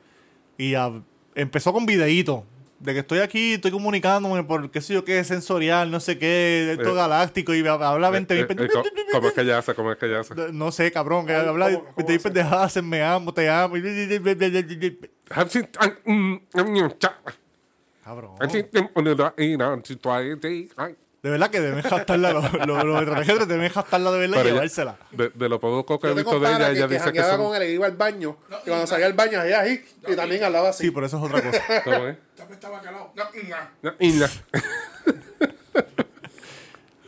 Y ah, empezó con videíto de que estoy aquí, estoy comunicándome por qué sé yo qué, sensorial, no sé qué, esto Eh, galáctico, y ha- habla 20 Eh, eh, eh, ¿cómo- *laughs* ¿Cómo es que ya hace? ¿Cómo es que ya hace? No sé, cabrón, que habla ¿cómo- cómo 20 hace? pendejadas, en me amo, te amo. Hansi- an- mm, mm, cha. Cabrón. Hansi- mm, mm, da, y na, si tú ahí, sí, ay. De verdad que deben *laughs* gastarla, los los- los extraterrestres deben gastarla de verdad Pero y ella- llevársela. De, de lo poco que he Yo visto tengo de ella, pana ella que, que dice que jangueaba son... con él, iba al baño. y cuando salía al baño, allá así. Y también hablaba así. Sí, pero eso es otra cosa. ¿Cómo es? También estaba calado. No, mm, ah. no. Na, y na.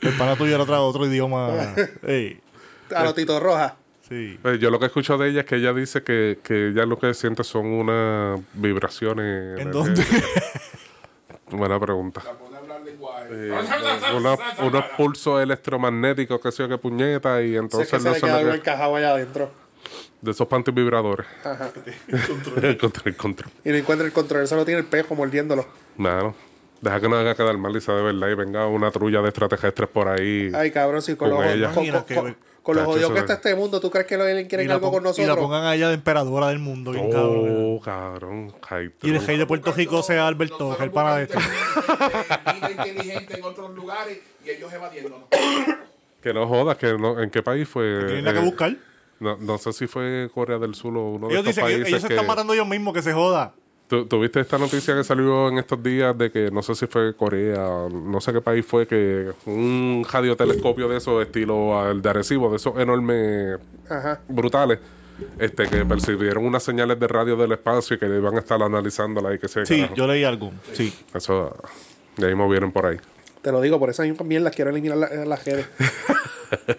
El pana tuyo era otra- otro idioma. *laughs* Ey, a los Tito Roja. sí. Pues yo lo que escucho de ella es que ella dice que, que ella lo que siente son unas vibraciones... eh, ¿En dónde? *laughs* Buena pregunta. Puede hablar lenguaje. Eh, unos, unos *laughs* pulsos electromagnéticos, que sé yo, que puñeta, y Si es que entonces se no le se queda le algo ve- encajado allá adentro. de esos panties vibradores. *laughs* Ajá. el *laughs* control, el control. Y no encuentra el control. Solo tiene el pejo mordiéndolo. Mano, deja que nos haga quedar mal, Lisa, de verdad, y venga una trulla de extraterrestres por ahí. Ay, cabrón, si con, Con los- ella. con, Imagina con- que- con- con los Tacho, odios eso que es- está este mundo, ¿tú crees que los aliens quieren la algo con pon- y la nosotros? pongan a ella de emperadora del mundo, bien cabrón. oh, cabrón. ay, Y el tronco. rey de Puerto Rico sea Alberto, el pana de este. Vida inteligente en otros lugares y ellos evadiéndonos. Que no jodas, que no, ¿en qué país fue? Tienen nada que Eh, buscar. No, no sé si fue Corea del Sur o uno de Ellos estos dicen que países ellos se están que- matando ellos mismos, que se joda. ¿Tú, tú viste esta noticia que salió en estos días de que no sé si fue Corea, o no sé qué país fue, que un radiotelescopio de esos estilo al de Arecibo, de esos enormes Ajá. brutales, este que percibieron unas señales de radio del espacio y que iban a estar analizándolas y que se Sí, yo leí algo. Sí. Eso de ahí movieron por ahí. Te lo digo, por eso a mí también las quiero eliminar la- las *laughs* redes.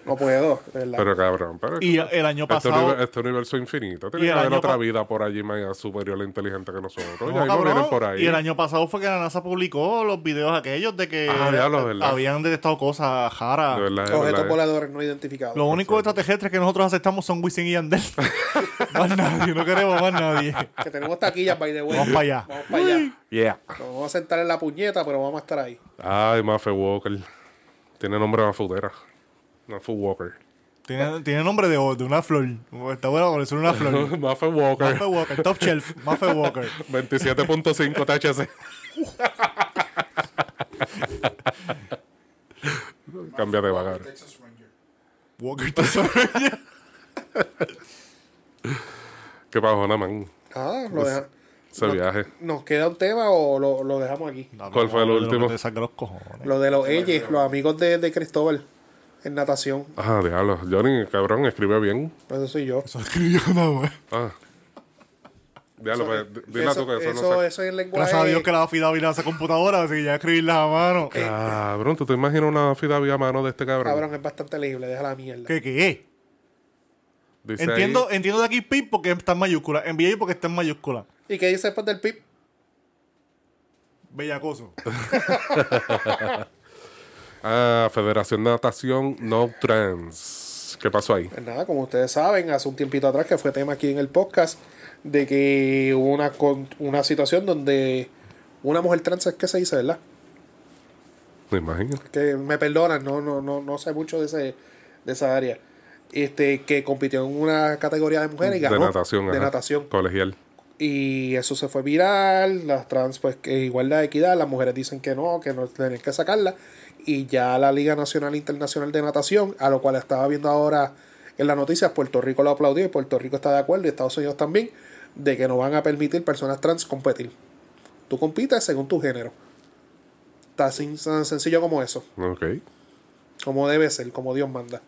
no puedo, de verdad. Pero eh, cabrón, pero Y el año este, pasado- univer- este universo infinito. Tiene Y que el haber año otra pa- vida por allí más superior e inteligente que nosotros. No, y ahí cabrón. movieron por ahí. Y el año pasado fue que la NASA publicó los videos aquellos de que Ah, ya lo, ¿verdad? habían detectado cosas De raras. verdad, de Objetos verdad. voladores no identificados. Los únicos extraterrestres que nosotros aceptamos son Wisin y *laughs* Yandel. *laughs* más nadie, no queremos más nadie. Que tenemos taquillas, by the way. Vamos pa' allá. Vamos para allá. Yeah. Nos vamos a sentar en la puñeta, pero vamos a estar ahí. Ay, Mafe Walker. Tiene nombre de una fudera. Una food walker. *laughs* Tiene, tiene nombre de, de una flor. Está bueno porque es una flor. Muffin Walker. *laughs* Maffe Walker, Top Shelf, Maffe Walker. 27.5 *laughs* THC. Cambia de vagar. Texas Ranger. Walker Tesoro. Qué bajona, man. Ah, Pues, lo deja- Ese viaje. ¿Nos queda un tema o lo, lo dejamos aquí? ¿Cuál fue el Lo que último? Te saca los cojones. Lo de los Eyes, los amigos de, de Cristóbal en natación. Ah, diablo. Johnny, cabrón, escribe bien. Eso soy yo. Eso escribió nada más. Ah. Diablo, pues, di- dila tú que eso, eso, no sé. eso es el lenguaje. Gracias a Dios que la afidaba y esa computadora, así que ya escribirlas a mano. ¿Qué? Cabrón, ¿tú te imaginas una fidavia a mano de este cabrón? Cabrón, es bastante leíble, deja la mierda. ¿Qué? qué? Dice ahí- Entiendo, entiendo de aquí PIP porque está en mayúscula. En VA porque está en mayúscula. ¿Y qué dice después del PIB? Bellacoso. Ah, Federación de Natación No Trans. ¿Qué pasó ahí? Pues nada, como ustedes saben, hace un tiempito atrás que fue tema aquí en el podcast, de que hubo una, con- una situación donde una mujer trans es que se dice, ¿verdad? Me imagino. Que me perdonan, no, no, no, no sé mucho de, ese, de esa área. Este, que compitió en una categoría de mujeres y ganó. de natación. De ajá. natación. Colegial. Y eso se fue viral, las trans, pues que igualdad, equidad, las mujeres dicen que no, que no tienen que sacarla. Y ya la Liga Nacional e Internacional de Natación, a lo cual estaba viendo ahora en las noticias, Puerto Rico lo aplaudió y Puerto Rico está de acuerdo y Estados Unidos también, de que no van a permitir personas trans competir. Tú compites según tu género. Está sin- tan sencillo como eso, Ok. como debe ser, como Dios manda.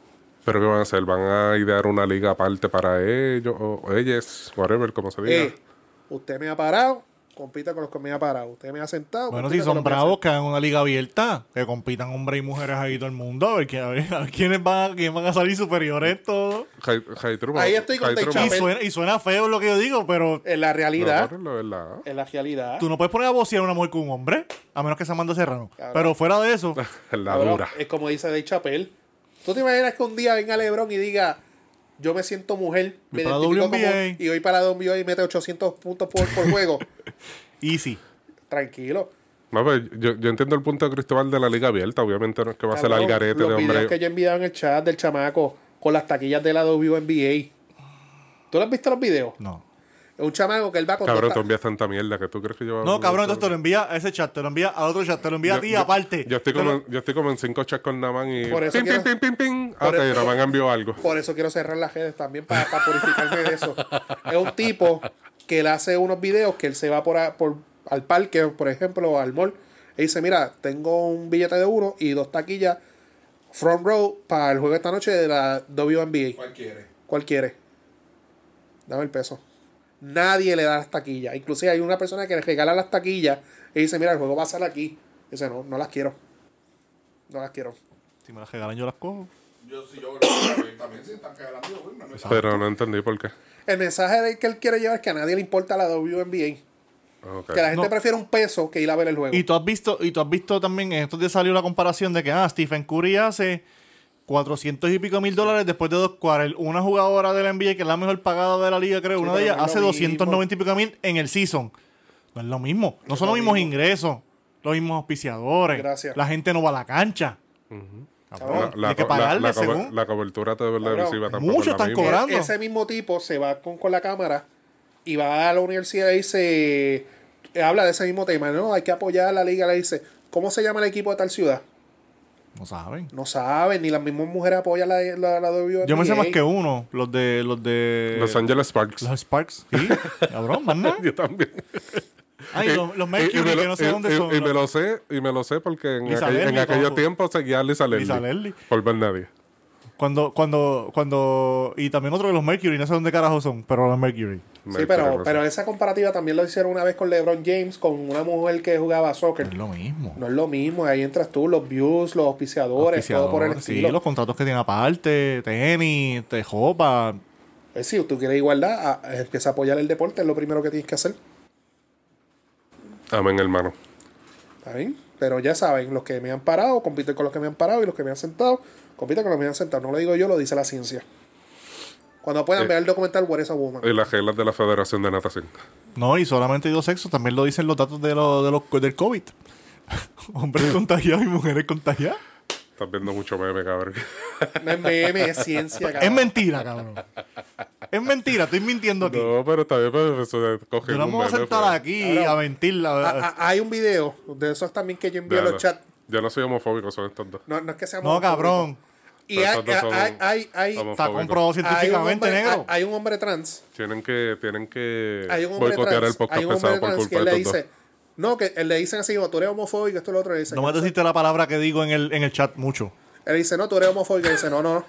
¿Pero qué van a hacer? ¿Van a idear una liga aparte para ellos o ellas? Whatever, como se diga. Eh, usted me ha parado, compita con los que me ha parado. Usted me ha sentado. Bueno, compita si con los son que me ha bravos, que hagan una liga abierta. Que compitan hombres y mujeres ahí todo el mundo. A ver, quién- a ver, a quiénes van, a- quién van a salir superiores en todo. Jai- Jaitru, Ahí estoy con Jaitru, Techap. Y suena, y suena feo lo que yo digo, pero En la pero realidad. ponlo en la- En la realidad. tú no puedes poner a vocear a una mujer con un hombre. A menos que sea Amanda Serrano. Cabrón. Pero fuera de eso, en *laughs* la cabrón, eh. dura. Es como dice Dave Chappelle. ¿Tú te imaginas que un día venga Lebron y diga, yo me siento mujer, me Voy para identifico WNBA. como... Y hoy para WNBA y mete 800 puntos por, por juego. *laughs* easy. Tranquilo. No, pero yo, yo entiendo el punto de Cristóbal de la liga abierta. Obviamente no es que va a ser Cabrón, al garete Los de videos hombre. que yo he enviado en el chat del chamaco con las taquillas de la WNBA. ¿Tú lo has visto los videos? No. Es un chamaco que él va con... dos Cabrón, tú ta- envías tanta mierda que tú crees que yo... No, cabrón, entonces te lo envía a ese chat, te lo envía al otro chat, te lo envía a ti aparte. Yo estoy, Te como, lo- en- yo estoy como en cinco chats con Naman y. Por eso pim, quiero- pim, pim, pim, pim. Ah, por te eso- Naman envió algo. Por eso quiero cerrar las redes también para, para purificarme de eso. Es un tipo que le hace unos videos que él se va por, a- por al parque, por ejemplo, o al mall, y dice, mira, tengo un billete de uno y dos taquillas front row para el juego esta noche de la WNBA. ¿Cuál quiere? ¿Cuál quiere? Dame el peso. Nadie le da las taquillas. Inclusive hay una persona que le regala las taquillas y dice, mira, el juego va a ser aquí. Y dice, no, no las quiero. No las quiero. Si me las regalan, yo las cojo. Yo, si yo lo también se están cagando. yo, güey, no me- Ah, Pero no entendí por qué. El mensaje de- que él quiere llevar es que a nadie le importa la WNBA. Ok. Que la gente No. prefiere un peso que ir a ver el juego. Y tú has visto, y tú has visto también, en estos días salió la comparación de que ah, Stephen Curry hace 400 y pico mil dólares después de dos cuartos. Una jugadora de la NBA que es la mejor pagada de la liga, creo, Sí, una pero de ellas, no es hace lo 290 y pico mil en el season. No es lo mismo. No son lo los mismos mismo. ingresos, los mismos auspiciadores. Gracias. La gente no va a la cancha. Cabrón, La- hay que la- la- pagarle la cobe- según. la cobertura televisiva tampoco. mucho es la están misma. E- cobrando. Ese mismo tipo se va con, con la cámara y va a la universidad y dice, habla de ese mismo tema, no, hay que apoyar a la liga, le dice, ¿cómo se llama el equipo de tal ciudad? No saben. No saben, ni las mismas mujeres apoyan la, la, la WNBA. Yo me sé más que uno, los de los de Los Angeles Eh, Sparks. los Sparks, sí, cabrón, más nada. *laughs* Yo también. Ay, *laughs* los, los Mercury, me lo- que no sé y- dónde y- son. Y me lo sé, y me lo sé porque en, Lisa aquel- en Leslie, aquellos ¿cómo? tiempos seguía a Lisa Leslie. Lisa Leslie. Por ver nadie. Cuando, cuando, cuando. Y también otro de los Mercury, no sé dónde carajo son, pero los Mercury. Sí, pero, pero esa comparativa también lo hicieron una vez con LeBron James, con una mujer que jugaba soccer. No es lo mismo. No es lo mismo, ahí entras tú, los views, los auspiciadores, todo por el Auspiciadores, estilo. Sí, los contratos que tiene aparte, tenis, te jopa. Pues si tú quieres igualdad, a- a- empieza a apoyar el deporte, es lo primero que tienes que hacer. Amén, hermano. ¿Está bien? Pero ya saben, los que me han parado, compiten con los que me han parado y los que me han sentado, compiten con los que me han sentado. No lo digo yo, lo dice la ciencia. Cuando puedan Eh. ver el documental What is a Woman. Y las reglas de la Federación de Natación. No, y solamente hay dos sexos, también lo *laughs* dicen los datos de los de los, del COVID. Hombres contagiados y mujeres contagiadas. Estás viendo mucho meme, *laughs* cabrón. No es meme, es ciencia, Es cabrón. mentira, cabrón. Es mentira, estoy mintiendo aquí. No, pero está bien, pero eso coge Yo no me voy a sentar pues. aquí a mentir. la- Ah, ah, hay un video de esos también que yo envío a los chats. Yo no soy homofóbico, son estos dos. No, no es que seamos. no, cabrón. ah, Y hay, Estos dos son hay, hay, hay- homofóbicos. Está comprobado ah, hay un científicamente, hombre, ah, negro. hay- hay un hombre trans. Tienen que, tienen que Hay un hombre boicotear trans. el podcast hay un hombre pesado por trans que culpa él le de estos dos. dice. No, que él le dicen así, o tú eres homofóbico, esto y lo otro. Le dicen, No me deciste la palabra que digo en el, en el chat mucho. Él dice, no, tú eres homofóbico. Y dice, no, no, no.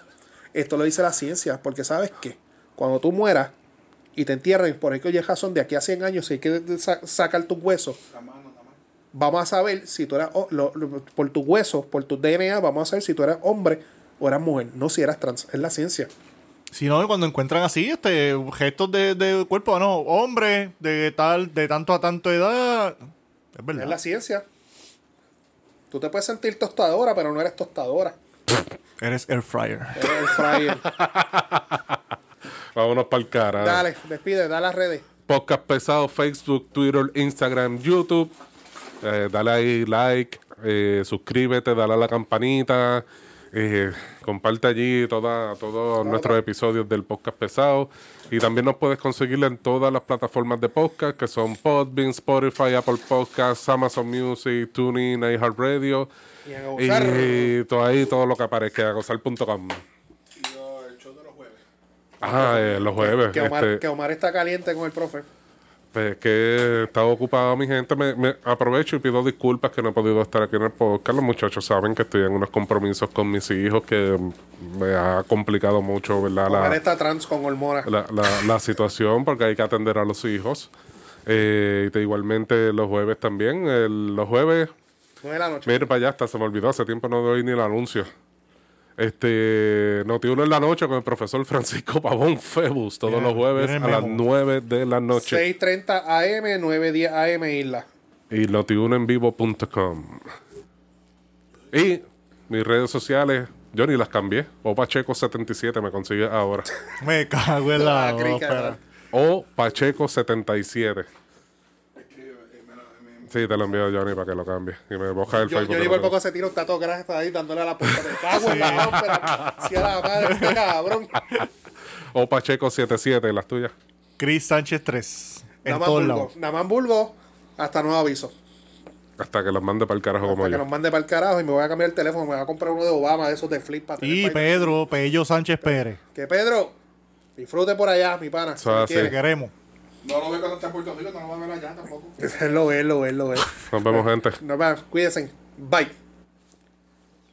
Esto lo dice la ciencia, porque sabes que cuando tú mueras y te entierren, por ahí que oye razón, de aquí a 100 años, si hay que sa- sacar tus huesos, vamos a saber si tú eras, ho- lo- lo- por tus huesos, por tu DNA, vamos a saber si tú eras hombre o eras mujer, no si eras trans. Es la ciencia. Si no, cuando encuentran así, este, gestos de, de cuerpo, no, hombre, de tal, de tanto a tanto edad. Es Es la verdad. ciencia. Tú te puedes sentir tostadora, pero no eres tostadora. Eres air fryer. *laughs* Eres el *laughs* fryer. Ah. Vámonos para el cara. Dale, despide, da las redes. Podcast pesado, Facebook, Twitter, Instagram, YouTube. Eh, dale ahí like, eh, suscríbete, dale a la campanita. eh, comparte allí toda, todos nuestros episodios del podcast pesado. Y también nos puedes conseguir en todas las plataformas de podcast que son Podbean, Spotify, Apple Podcasts, Amazon Music, TuneIn, iHeartRadio. Y a gozar. Y todo ahí, todo lo que aparezca, gozar.com. Y lo- el show de los jueves. Ah, eh, los jueves. Que Omar, este, que Omar está caliente con el profe. Pues es que estaba ocupado mi gente. Me, me aprovecho y pido disculpas que no he podido estar aquí en el podcast. Los muchachos saben que estoy en unos compromisos con mis hijos que me ha complicado mucho, ¿verdad? Omar La, está trans con hormonas. la, la- la situación porque hay que atender a los hijos. Eh, y te- igualmente los jueves también. El- los jueves, Nueve de la noche. mira para allá, hasta se me olvidó. Hace tiempo no doy ni el anuncio. Este, Notiuno en la noche con el profesor Francisco Pavón Febus, todos Bien, los jueves bien, a las Memo. 9 de la noche. 6.30 AM, 9.10 AM Isla. y notiunoenvivo.com. Y mis redes sociales, yo ni las cambié. O Pacheco77 me consigue ahora. Me cago en la. Ah, creí que ópera. era. O Pacheco77. Sí, te lo envío a Johnny para que lo cambie. Y me boja el Yo, Facebook. yo ni de la por gente. poco se tira un tato gracias está ahí dándole a la puerta. Me cago en la ópera. Si a la madre este cabrón. o Pacheco77, las tuyas. Chris Sánchez 3. En Namán todos Burgo. lados. Namán Burgo. Hasta nuevo aviso. Hasta que las mande para el carajo como Para que yo. nos mande para el carajo y me voy a cambiar el teléfono. Me voy a comprar uno de Obama, de esos de flip. Para tener Y pa' ahí. Pedro, Pello Sánchez Pérez. Que Pedro, disfrute por allá, mi pana. si Eso me así. Te quiere. queremos. No lo ve cuando está *laughs* en Puerto Rico, no lo va a ver allá tampoco. Lo es, lo es, lo es. Nos vemos, gente. No, cuídense. Bye.